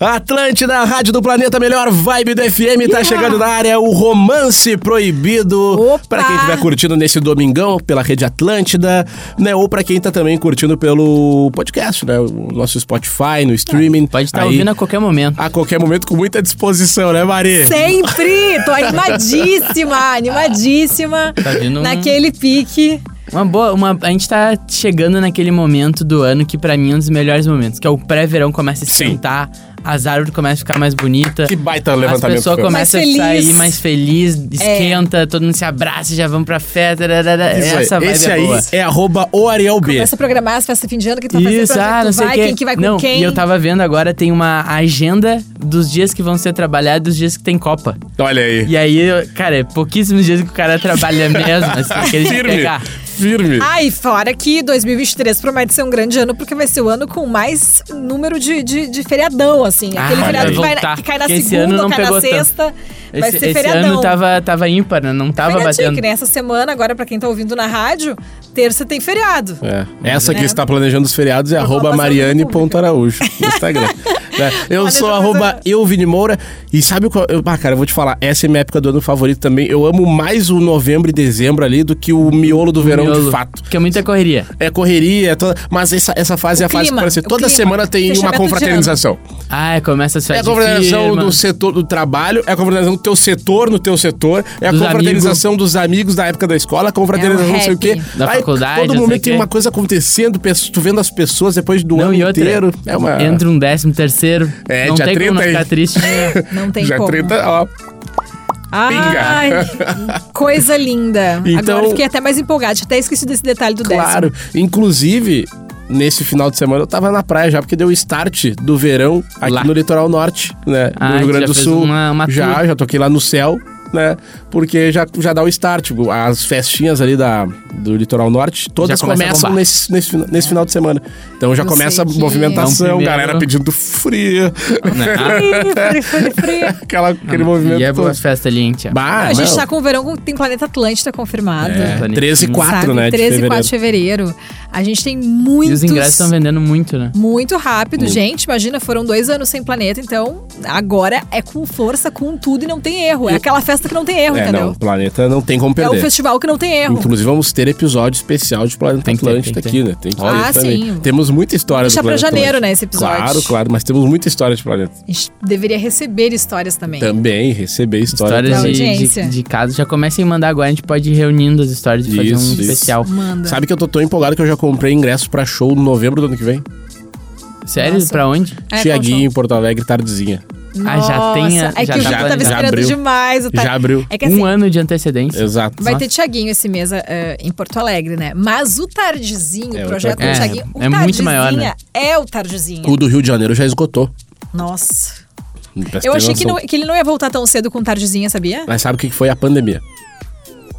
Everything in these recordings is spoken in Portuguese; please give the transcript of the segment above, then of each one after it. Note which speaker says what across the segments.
Speaker 1: Atlântida, a rádio do planeta melhor vibe do FM, tá chegando na área o Romance Proibido.
Speaker 2: Opa!
Speaker 1: Pra quem estiver curtindo nesse domingão pela Rede Atlântida, né? Ou pra quem tá também curtindo pelo podcast, né? O nosso Spotify, no streaming.
Speaker 3: É, Pode estar
Speaker 1: Aí,
Speaker 3: ouvindo a qualquer momento.
Speaker 1: a qualquer momento com muita disposição, né, Mari?
Speaker 2: Sempre! Tô animadíssima, animadíssima.
Speaker 3: Tá É. vindo um-
Speaker 2: Naquele pique.
Speaker 3: Uma boa, uma, a gente tá chegando naquele momento do ano que pra mim é um dos melhores momentos, que é o pré-verão começa a
Speaker 1: Sim.
Speaker 3: esquentar, as árvores começam a ficar mais bonitas.
Speaker 1: Que baita
Speaker 3: As
Speaker 1: levantamento.
Speaker 3: pessoas
Speaker 1: ficou.
Speaker 3: começam a
Speaker 2: Mais feliz. É.
Speaker 3: sair mais feliz, esquenta, todo mundo se abraça, já vamos pra festa. tararara.
Speaker 1: Isso aí.
Speaker 3: Essa vibe
Speaker 1: Esse
Speaker 3: é
Speaker 1: aí
Speaker 3: boa.
Speaker 2: Tá
Speaker 1: é arroba o Ariel B.
Speaker 2: Começa a programar as festas de fim de ano, que tu vai fazer,
Speaker 3: Isso,
Speaker 2: pra onde é
Speaker 3: ah,
Speaker 2: que
Speaker 3: não
Speaker 2: tu
Speaker 3: sei o
Speaker 2: vai,
Speaker 3: quê.
Speaker 2: quem que vai
Speaker 3: não,
Speaker 2: com quem.
Speaker 3: E eu tava vendo agora, tem uma agenda dos dias que vão ser trabalhados, dos dias que tem Copa.
Speaker 1: Olha aí.
Speaker 3: E aí, eu- cara, é pouquíssimos dias que o cara trabalha mesmo, assim, que ele tem que
Speaker 1: Firme.
Speaker 3: pegar.
Speaker 1: Firme.
Speaker 2: Ah, e fora que 2023 promete ser um grande ano, porque vai ser o ano com mais número de, de, de feriadão, assim.
Speaker 3: Ah,
Speaker 2: Aquele
Speaker 3: vai
Speaker 2: feriado que, vai na-
Speaker 3: voltar,
Speaker 2: que cai na
Speaker 3: porque esse
Speaker 2: segunda,
Speaker 3: ano não
Speaker 2: cai na
Speaker 3: pegou tanto.
Speaker 2: sexta. Vai
Speaker 3: Esse,
Speaker 2: ser
Speaker 3: esse
Speaker 2: feriadão.
Speaker 3: ano tava, tava ímpar, né? Não tava
Speaker 2: Feriadinho,
Speaker 3: batendo.
Speaker 2: que nem essa semana, agora pra quem tá ouvindo na rádio, terça tem feriado.
Speaker 1: É. Essa que
Speaker 2: Né?
Speaker 1: está planejando os feriados é arroba
Speaker 2: vou passar
Speaker 1: mariane.araújo no Instagram. Né? Eu
Speaker 2: Mas
Speaker 1: sou
Speaker 2: deixa eu
Speaker 1: arroba
Speaker 2: fazer-
Speaker 1: eu, Vini Moura. E sabe qual... Eu, ah, cara, eu vou te falar. Essa é minha época do ano favorito também. Eu amo mais o novembro e dezembro ali do que o miolo do verão, de
Speaker 3: Miolo.
Speaker 1: um fato.
Speaker 3: Que é muita correria.
Speaker 1: É correria, é toda... mas essa, essa fase
Speaker 2: O
Speaker 1: é a fase que
Speaker 2: clima,
Speaker 1: parece...
Speaker 2: o
Speaker 1: Toda
Speaker 2: clima.
Speaker 1: semana tem uma
Speaker 2: Fechamento de ano.
Speaker 1: confraternização.
Speaker 3: Ah, começa as
Speaker 1: É a
Speaker 3: festas.
Speaker 1: confraternização do setor do trabalho, é a confraternização do teu setor no teu setor, é a
Speaker 3: Dos
Speaker 1: confraternização dos amigos da época da escola, a confraternização
Speaker 2: É um
Speaker 1: não sei o quê.
Speaker 3: Da faculdade,
Speaker 1: Todo
Speaker 3: não sei
Speaker 1: momento
Speaker 3: o
Speaker 1: tem
Speaker 3: quê.
Speaker 1: uma coisa acontecendo, pessoas- tu vendo as pessoas depois do
Speaker 3: Não,
Speaker 1: ano
Speaker 3: e outra.
Speaker 1: inteiro. É uma.
Speaker 3: Entra um décimo terceiro.
Speaker 1: É,
Speaker 3: não
Speaker 1: dia
Speaker 3: tem
Speaker 1: 30
Speaker 3: como não
Speaker 1: aí.
Speaker 3: ficar triste. né?
Speaker 2: Não tem
Speaker 1: É. Já
Speaker 2: como.
Speaker 1: treta, ó.
Speaker 2: Ai, coisa linda.
Speaker 1: Então-
Speaker 2: Agora eu fiquei até mais empolgada, tinha até esqueci desse detalhe do décimo.
Speaker 1: Claro. Inclusive, nesse final de semana eu tava na praia já, porque deu o start do verão aqui
Speaker 3: Lá.
Speaker 1: no litoral norte, né?
Speaker 3: Ah,
Speaker 1: do Rio
Speaker 3: tu
Speaker 1: Grande
Speaker 3: já
Speaker 1: do
Speaker 3: fez
Speaker 1: Sul.
Speaker 3: uma- uma
Speaker 1: já,
Speaker 3: tour.
Speaker 1: já toquei lá no céu, né? Porque já, já dá o start. tipo, As festinhas ali da, do litoral norte, todas
Speaker 3: Já começa a
Speaker 1: começam
Speaker 3: bombar.
Speaker 1: nesse, nesse, fina- nesse final de semana. Então já
Speaker 2: Eu
Speaker 1: começa a
Speaker 2: sei que-
Speaker 1: movimentação,
Speaker 3: Então, primeiro-
Speaker 1: galera pedindo frio,
Speaker 3: Né?
Speaker 2: Fri, fri, fri, fri.
Speaker 1: aquela, aquele movimento
Speaker 3: e é boa
Speaker 1: todo.
Speaker 3: festa ali, hein, Tia?
Speaker 1: Bah,
Speaker 2: a gente
Speaker 1: Ah, não.
Speaker 2: tá com o verão, com- tem Planeta Atlântida confirmado.
Speaker 3: É.
Speaker 2: sabe?
Speaker 1: 13 e 4, né?
Speaker 2: 13
Speaker 1: de
Speaker 2: e 4 de
Speaker 1: fevereiro.
Speaker 2: fevereiro. A gente tem
Speaker 3: E
Speaker 2: muitos...
Speaker 3: os ingressos estão vendendo muito, né?
Speaker 2: Muito rápido, gente. Imagina, foram dois anos sem planeta, então agora é com força, com tudo e não tem erro. É aquela festa que não tem erro,
Speaker 1: É,
Speaker 2: entendeu?
Speaker 1: não, o planeta não tem como
Speaker 2: É um.
Speaker 1: perder.
Speaker 2: o festival que não tem erro.
Speaker 1: Inclusive, vamos ter episódio especial de Planeta
Speaker 3: Tem que ter,
Speaker 1: Atlântida
Speaker 3: tem que
Speaker 1: aqui, né? Tem que
Speaker 2: Ah,
Speaker 1: ter também.
Speaker 2: sim.
Speaker 1: Temos muita história
Speaker 2: Deixa
Speaker 1: do
Speaker 2: pra
Speaker 1: Planeta
Speaker 2: janeiro,
Speaker 1: Atlântida.
Speaker 2: né, esse episódio.
Speaker 1: Claro, claro, mas temos muita história de Planeta.
Speaker 2: A gente deveria receber histórias também.
Speaker 1: Também, receber história.
Speaker 3: Histórias
Speaker 2: da
Speaker 3: de, de,
Speaker 2: audiência.
Speaker 3: de casos. Já comecem a mandar agora, a gente pode ir reunindo as histórias e fazer um
Speaker 1: Isso, isso.
Speaker 3: especial.
Speaker 2: Manda.
Speaker 1: Sabe que eu tô tão empolgado que eu já comprei ingresso pra show no novembro do ano que vem?
Speaker 3: Sério?
Speaker 2: Nossa.
Speaker 3: Pra onde?
Speaker 2: É,
Speaker 1: Tiaguinho em Porto Alegre, tardezinha.
Speaker 2: Nossa,
Speaker 3: Ah, já tem a-
Speaker 2: É que
Speaker 3: já
Speaker 2: eu
Speaker 3: tá
Speaker 2: já tava
Speaker 3: planejado.
Speaker 2: esperando
Speaker 1: Já abriu.
Speaker 2: demais. Eu tava-
Speaker 1: Já abriu.
Speaker 2: É que assim,
Speaker 3: um ano de antecedência.
Speaker 1: Exato.
Speaker 2: Vai ter Tiaguinho esse mês eh, em Porto Alegre, né? Mas o Tardezinho,
Speaker 1: É, né?
Speaker 2: o projeto
Speaker 1: outra
Speaker 2: do
Speaker 3: coisa.
Speaker 2: Tiaguinho, o
Speaker 3: É, é muito maior,
Speaker 2: Tardezinha é o Tardezinha.
Speaker 1: O do Rio de Janeiro já esgotou.
Speaker 2: Nossa.
Speaker 1: Pra você
Speaker 2: Eu
Speaker 1: ter
Speaker 2: achei que,
Speaker 1: noção.
Speaker 2: não- que ele não ia voltar tão cedo com o Tardezinha, sabia?
Speaker 1: Mas sabe o que que foi a pandemia?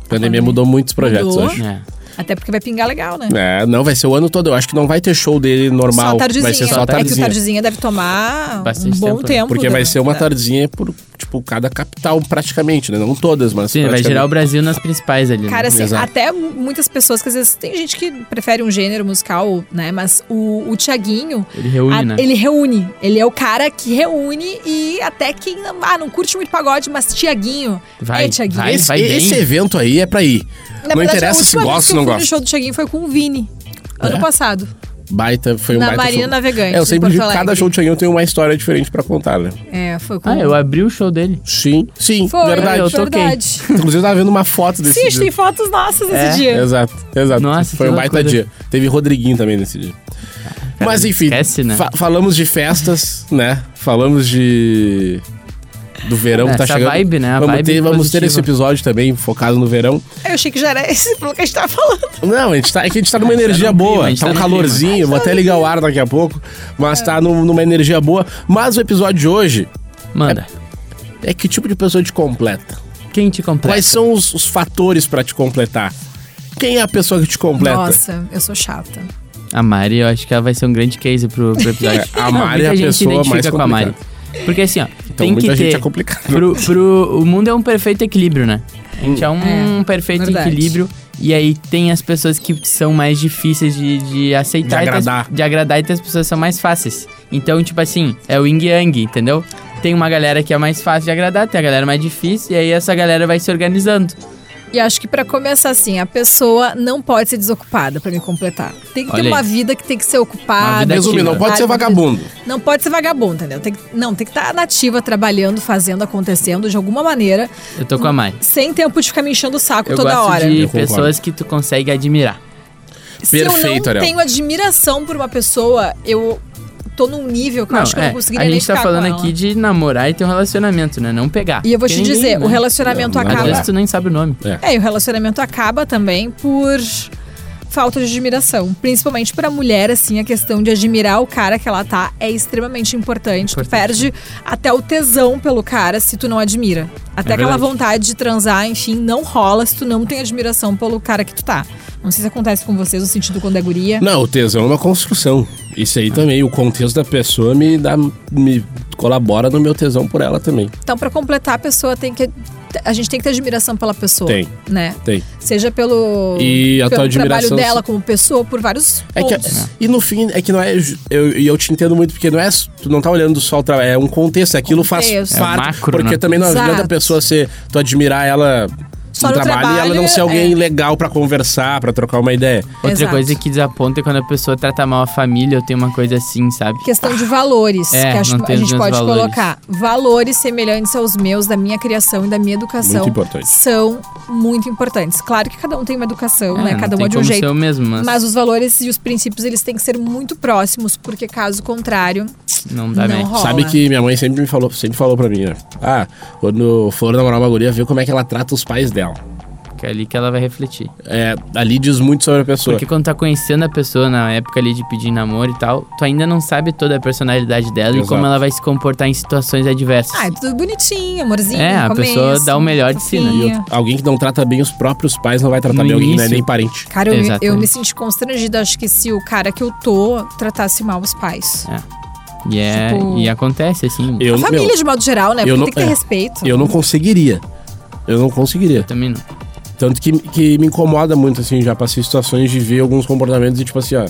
Speaker 1: A pandemia mudou muitos projetos
Speaker 2: Mudou.
Speaker 1: hoje.
Speaker 3: É.
Speaker 2: Até porque vai pingar legal, né?
Speaker 1: É, não, vai ser o ano todo. Eu acho que não vai ter show dele normal.
Speaker 2: só a tardezinha.
Speaker 1: Vai ser só a
Speaker 2: É que o
Speaker 1: tardezinha.
Speaker 2: tardezinha deve tomar
Speaker 3: Bastante
Speaker 2: um bom
Speaker 3: tempo,
Speaker 2: tempo.
Speaker 3: né?
Speaker 1: Porque vai
Speaker 2: né?
Speaker 1: ser uma tardezinha por, tipo, cada capital praticamente, né? Não todas, mas
Speaker 3: Sim, vai
Speaker 1: praticamente.
Speaker 3: gerar o Brasil nas principais ali. né?
Speaker 2: Cara, assim,
Speaker 1: Exato.
Speaker 2: até muitas pessoas que às vezes tem gente que prefere um gênero musical, né? Mas o, o Tiaguinho,
Speaker 3: Ele reúne, né?
Speaker 2: ele reúne. Ele é o cara que reúne e até quem não- ah, não curte muito pagode, mas Tiaguinho.
Speaker 3: Vai,
Speaker 2: é Tiaguinho.
Speaker 3: vai,
Speaker 1: Esse,
Speaker 3: vai bem.
Speaker 1: esse evento aí é pra ir.
Speaker 2: Na
Speaker 1: não
Speaker 2: verdade,
Speaker 1: interessa
Speaker 2: a
Speaker 1: se
Speaker 2: última vez
Speaker 1: gosta ou
Speaker 2: que eu
Speaker 1: não
Speaker 2: fui no
Speaker 1: gosta.
Speaker 2: show do Tiaguinho foi com o Vini, ano
Speaker 1: É?
Speaker 2: passado.
Speaker 1: Baita, foi um
Speaker 2: Na
Speaker 1: baita
Speaker 2: Marina
Speaker 1: show.
Speaker 2: Navegante,
Speaker 1: É, eu
Speaker 2: em
Speaker 1: sempre
Speaker 2: Porto
Speaker 1: digo que cada
Speaker 2: Alegre.
Speaker 1: show de Xanhão tem uma história diferente pra contar, né?
Speaker 2: É, foi com
Speaker 3: Ah, eu abri o show dele.
Speaker 1: Sim, sim,
Speaker 2: Foi,
Speaker 1: verdade.
Speaker 3: eu toquei.
Speaker 2: verdade.
Speaker 1: Inclusive, eu tava vendo uma foto desse
Speaker 2: Sim, a gente tem
Speaker 1: dia.
Speaker 2: fotos nossas desse
Speaker 3: É.
Speaker 2: dia.
Speaker 1: Exato, exato.
Speaker 3: Nossa,
Speaker 1: foi
Speaker 3: que
Speaker 1: um baita
Speaker 3: loucura.
Speaker 1: dia. Teve Rodriguinho também nesse dia. Mas enfim,
Speaker 3: esquece, né?
Speaker 1: fa- falamos de festas, né? Falamos de do verão que tá
Speaker 3: Essa
Speaker 1: chegando.
Speaker 3: vibe, né? A
Speaker 1: vamos
Speaker 3: vibe
Speaker 1: ter, vamos ter
Speaker 3: positiva.
Speaker 1: esse episódio também focado no verão.
Speaker 3: é.
Speaker 2: Eu achei que já era esse pelo que a gente tava falando.
Speaker 1: Não, a gente tá, é que a gente tá numa energia
Speaker 3: no clima,
Speaker 1: boa.
Speaker 3: a gente
Speaker 1: tá
Speaker 3: tá
Speaker 1: um
Speaker 3: no
Speaker 1: calorzinho, vou até ligar o ar daqui a pouco. Mas tá num- numa energia boa. Mas o episódio de hoje
Speaker 3: Manda.
Speaker 1: é que tipo de pessoa te completa?
Speaker 3: Quem te completa?
Speaker 1: Quais são os, os fatores pra te completar? Quem é a pessoa que te completa?
Speaker 2: Nossa, eu sou chata.
Speaker 3: A Mari, eu acho que ela vai ser um grande case pro, pro episódio.
Speaker 1: É, a Mari
Speaker 3: muita
Speaker 1: é a
Speaker 3: gente se
Speaker 1: pessoa
Speaker 3: identifica
Speaker 1: mais
Speaker 3: com a Mari. Porque assim, ó,
Speaker 1: Então
Speaker 3: tem que
Speaker 1: muita gente
Speaker 3: ter.
Speaker 1: é complicado.
Speaker 3: Pro, pro- o mundo é um perfeito equilíbrio, né? A gente é um perfeito
Speaker 2: verdade.
Speaker 3: equilíbrio. E aí tem as pessoas que são mais difíceis de, de aceitar.
Speaker 1: De
Speaker 3: e tem as-
Speaker 1: agradar.
Speaker 3: de agradar e tem as pessoas que são mais fáceis. Então, tipo assim, é o yin yang, entendeu? Tem uma galera que é mais fácil de agradar, tem a galera mais difícil. E aí essa galera vai se organizando.
Speaker 2: E acho que pra começar assim, a pessoa não pode ser desocupada pra me completar. Tem que ter
Speaker 3: Olha
Speaker 2: uma
Speaker 3: aí.
Speaker 2: vida que tem que ser
Speaker 3: Uma vida
Speaker 2: ocupada.
Speaker 1: Resumindo, não
Speaker 2: Ah,
Speaker 1: pode ser vagabundo.
Speaker 2: Não pode ser vagabundo, entendeu? Tem que- não, tem que estar nativa, trabalhando, fazendo, acontecendo de alguma maneira,
Speaker 3: Eu tô com a Mari.
Speaker 2: sem tempo de ficar me enchendo o saco
Speaker 3: Eu
Speaker 2: toda
Speaker 3: gosto
Speaker 2: hora.
Speaker 3: de
Speaker 1: Eu concordo.
Speaker 3: pessoas que tu consegue admirar.
Speaker 2: Se eu
Speaker 1: Perfeito,
Speaker 2: não
Speaker 1: Ariel.
Speaker 2: tenho admiração por uma pessoa, eu tô num nível que eu acho que eu
Speaker 3: é,
Speaker 2: não conseguiria
Speaker 3: a
Speaker 2: nem
Speaker 3: gente tá
Speaker 2: ficar
Speaker 3: falando
Speaker 2: com ela.
Speaker 3: aqui de namorar e ter um relacionamento, né? Não pegar.
Speaker 2: E eu vou te
Speaker 3: Porque
Speaker 2: dizer,
Speaker 3: ninguém,
Speaker 2: o
Speaker 3: né?
Speaker 2: relacionamento
Speaker 1: Não, não
Speaker 3: Às
Speaker 2: acaba.
Speaker 3: vezes tu nem sabe o nome.
Speaker 2: É, e o relacionamento acaba também por falta de admiração. Principalmente pra mulher, assim, a questão de admirar o cara que ela tá é extremamente importante. Tu
Speaker 3: Importante.
Speaker 2: perde até o tesão pelo cara se tu não admira. Até
Speaker 3: É
Speaker 2: aquela
Speaker 3: verdade.
Speaker 2: vontade de transar, enfim, não rola se tu não tem admiração pelo cara que tu tá. Não sei se acontece com vocês no sentido quando é guria.
Speaker 1: Não, o tesão é uma construção. Isso aí também, o contexto da pessoa me dá, me colabora no meu tesão por ela também.
Speaker 2: Então, pra completar, a pessoa tem que. A gente tem que ter admiração pela pessoa.
Speaker 1: Tem.
Speaker 2: Né?
Speaker 1: Tem.
Speaker 2: Seja pelo,
Speaker 1: E a
Speaker 2: pelo
Speaker 1: tua
Speaker 2: trabalho
Speaker 1: admiração-
Speaker 2: dela como pessoa, por vários
Speaker 1: É que,
Speaker 2: pontos.
Speaker 1: e no fim, é que não é. ju- eu- E eu, te entendo muito, porque não é. Tu não tá olhando só o trabalho, é um contexto, aquilo faz
Speaker 2: Contexto. É
Speaker 1: parte.
Speaker 3: macro,
Speaker 1: porque
Speaker 3: né?
Speaker 1: também não adianta
Speaker 2: Exato.
Speaker 1: a pessoa ser. Tu admirar ela
Speaker 2: Só
Speaker 1: no
Speaker 2: no
Speaker 1: trabalho, e ela
Speaker 2: trabalho,
Speaker 1: não ser alguém
Speaker 2: é.
Speaker 1: legal pra conversar, pra trocar uma ideia.
Speaker 3: Outra
Speaker 2: Exato.
Speaker 3: coisa que desaponta é quando a pessoa trata mal a família ou tem uma coisa assim, sabe?
Speaker 2: Questão de valores,
Speaker 3: É,
Speaker 2: que acho
Speaker 3: não
Speaker 2: que
Speaker 3: tem
Speaker 2: a
Speaker 3: os
Speaker 2: gente
Speaker 3: mesmos
Speaker 2: pode
Speaker 3: valores.
Speaker 2: colocar. Valores semelhantes aos meus, da minha criação e da minha educação.
Speaker 1: Muito importante.
Speaker 2: São muito importantes. Claro que cada um tem uma educação,
Speaker 3: É,
Speaker 2: né?
Speaker 3: não
Speaker 2: Cada um
Speaker 3: tem
Speaker 2: é de um
Speaker 3: como
Speaker 2: jeito.
Speaker 3: ser o mesmo, mas,
Speaker 2: Mas os valores e os princípios, eles têm que ser muito próximos, porque caso contrário,
Speaker 3: não dá
Speaker 2: não
Speaker 3: bem.
Speaker 2: rola.
Speaker 1: Sabe que minha mãe sempre me falou, sempre falou pra mim, né? Ah, quando for namorar uma guria, viu como é que ela trata os pais dela.
Speaker 3: Porque é ali que ela vai refletir.
Speaker 1: É, ali diz muito sobre a pessoa.
Speaker 3: Porque quando tá conhecendo a pessoa na época ali de pedir namoro e tal, tu ainda não sabe toda a personalidade dela
Speaker 1: Exato.
Speaker 3: e como ela vai se comportar em situações adversas.
Speaker 2: Ah, é tudo bonitinho, amorzinho.
Speaker 3: É, a
Speaker 2: começo,
Speaker 3: pessoa dá o melhor de si, né?
Speaker 2: fofinho.
Speaker 1: E eu- alguém que não trata bem os próprios pais não vai tratar
Speaker 3: No
Speaker 1: bem alguém que não é
Speaker 3: início.
Speaker 1: nem parente.
Speaker 2: Cara, eu, me- eu me
Speaker 3: Exatamente.
Speaker 2: senti constrangida. Acho que se o cara que eu tô tratasse mal os pais.
Speaker 3: e, é,
Speaker 2: tipo-
Speaker 3: e acontece, assim.
Speaker 1: Eu,
Speaker 2: A família,
Speaker 1: meu,
Speaker 2: de modo geral, né?
Speaker 1: eu
Speaker 2: Porque
Speaker 1: não-
Speaker 2: tem que ter
Speaker 1: é.
Speaker 2: respeito.
Speaker 1: eu não conseguiria. Eu não conseguiria.
Speaker 3: Também não.
Speaker 1: Tanto que, que me incomoda muito, assim, já passei situações de ver alguns comportamentos e tipo assim, ó.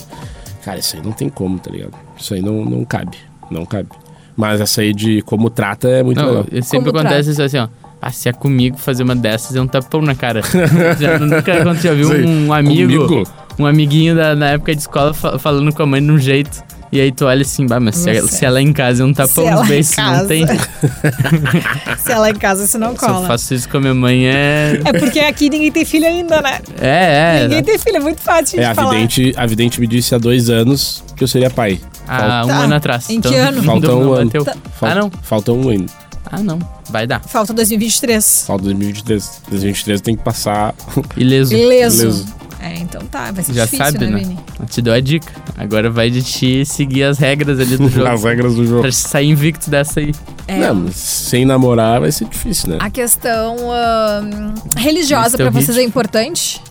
Speaker 1: Cara, isso aí não tem como, tá ligado? Isso aí não, não cabe. Não cabe. Mas essa aí de como trata é muito
Speaker 3: Não,
Speaker 1: legal.
Speaker 3: eu sempre
Speaker 2: Como
Speaker 3: acontece isso assim, ó. Ah, se é comigo fazer uma dessas, é um tapão na cara. já, nunca aconteceu. Eu vi um, um amigo,
Speaker 1: Comigo?
Speaker 3: um amiguinho da, na época de escola fa- falando com a mãe de um jeito. E aí tu olha assim, bah, mas se, ela-
Speaker 2: Nossa.
Speaker 3: se ela é em casa é um tapão
Speaker 2: Se ela
Speaker 3: nos
Speaker 2: é em
Speaker 3: beijos, não
Speaker 2: casa,
Speaker 3: tem. Se
Speaker 2: Se ela é em casa, isso não
Speaker 3: eu
Speaker 2: cola.
Speaker 3: faço isso com a minha mãe é.
Speaker 2: É porque aqui ninguém tem filho ainda, né?
Speaker 3: É, é.
Speaker 2: Ninguém tem filho, é muito fácil
Speaker 1: É,
Speaker 2: de
Speaker 1: a
Speaker 2: falar.
Speaker 1: vidente, a vidente me disse há dois anos que eu seria pai.
Speaker 3: Há um
Speaker 2: Tá.
Speaker 3: ano atrás.
Speaker 2: Em que ano? Tá.
Speaker 1: Falta
Speaker 3: não
Speaker 1: um ano.
Speaker 3: bateu.
Speaker 1: Falta,
Speaker 3: Ah, não.
Speaker 1: Falta um ainda.
Speaker 3: Ah, não. Vai dar.
Speaker 2: Falta 2023.
Speaker 1: Falta 2023. 2023 tem que passar.
Speaker 3: Ileso.
Speaker 2: Beleza.
Speaker 1: Beleza.
Speaker 2: É, então tá, vai ser
Speaker 3: Já
Speaker 2: difícil,
Speaker 3: sabe,
Speaker 2: né,
Speaker 3: né?
Speaker 2: Vini?
Speaker 3: Eu Te dou a dica. Agora vai de te seguir as regras ali do jogo.
Speaker 1: as regras do jogo.
Speaker 3: pra sair invicto dessa aí.
Speaker 2: É.
Speaker 1: Uhum.
Speaker 2: Ah.
Speaker 1: Não, mas sem namorar vai ser difícil, né?
Speaker 2: A questão ahn, religiosa
Speaker 3: Esse teu
Speaker 2: pra vocês
Speaker 3: ritmo.
Speaker 2: é importante?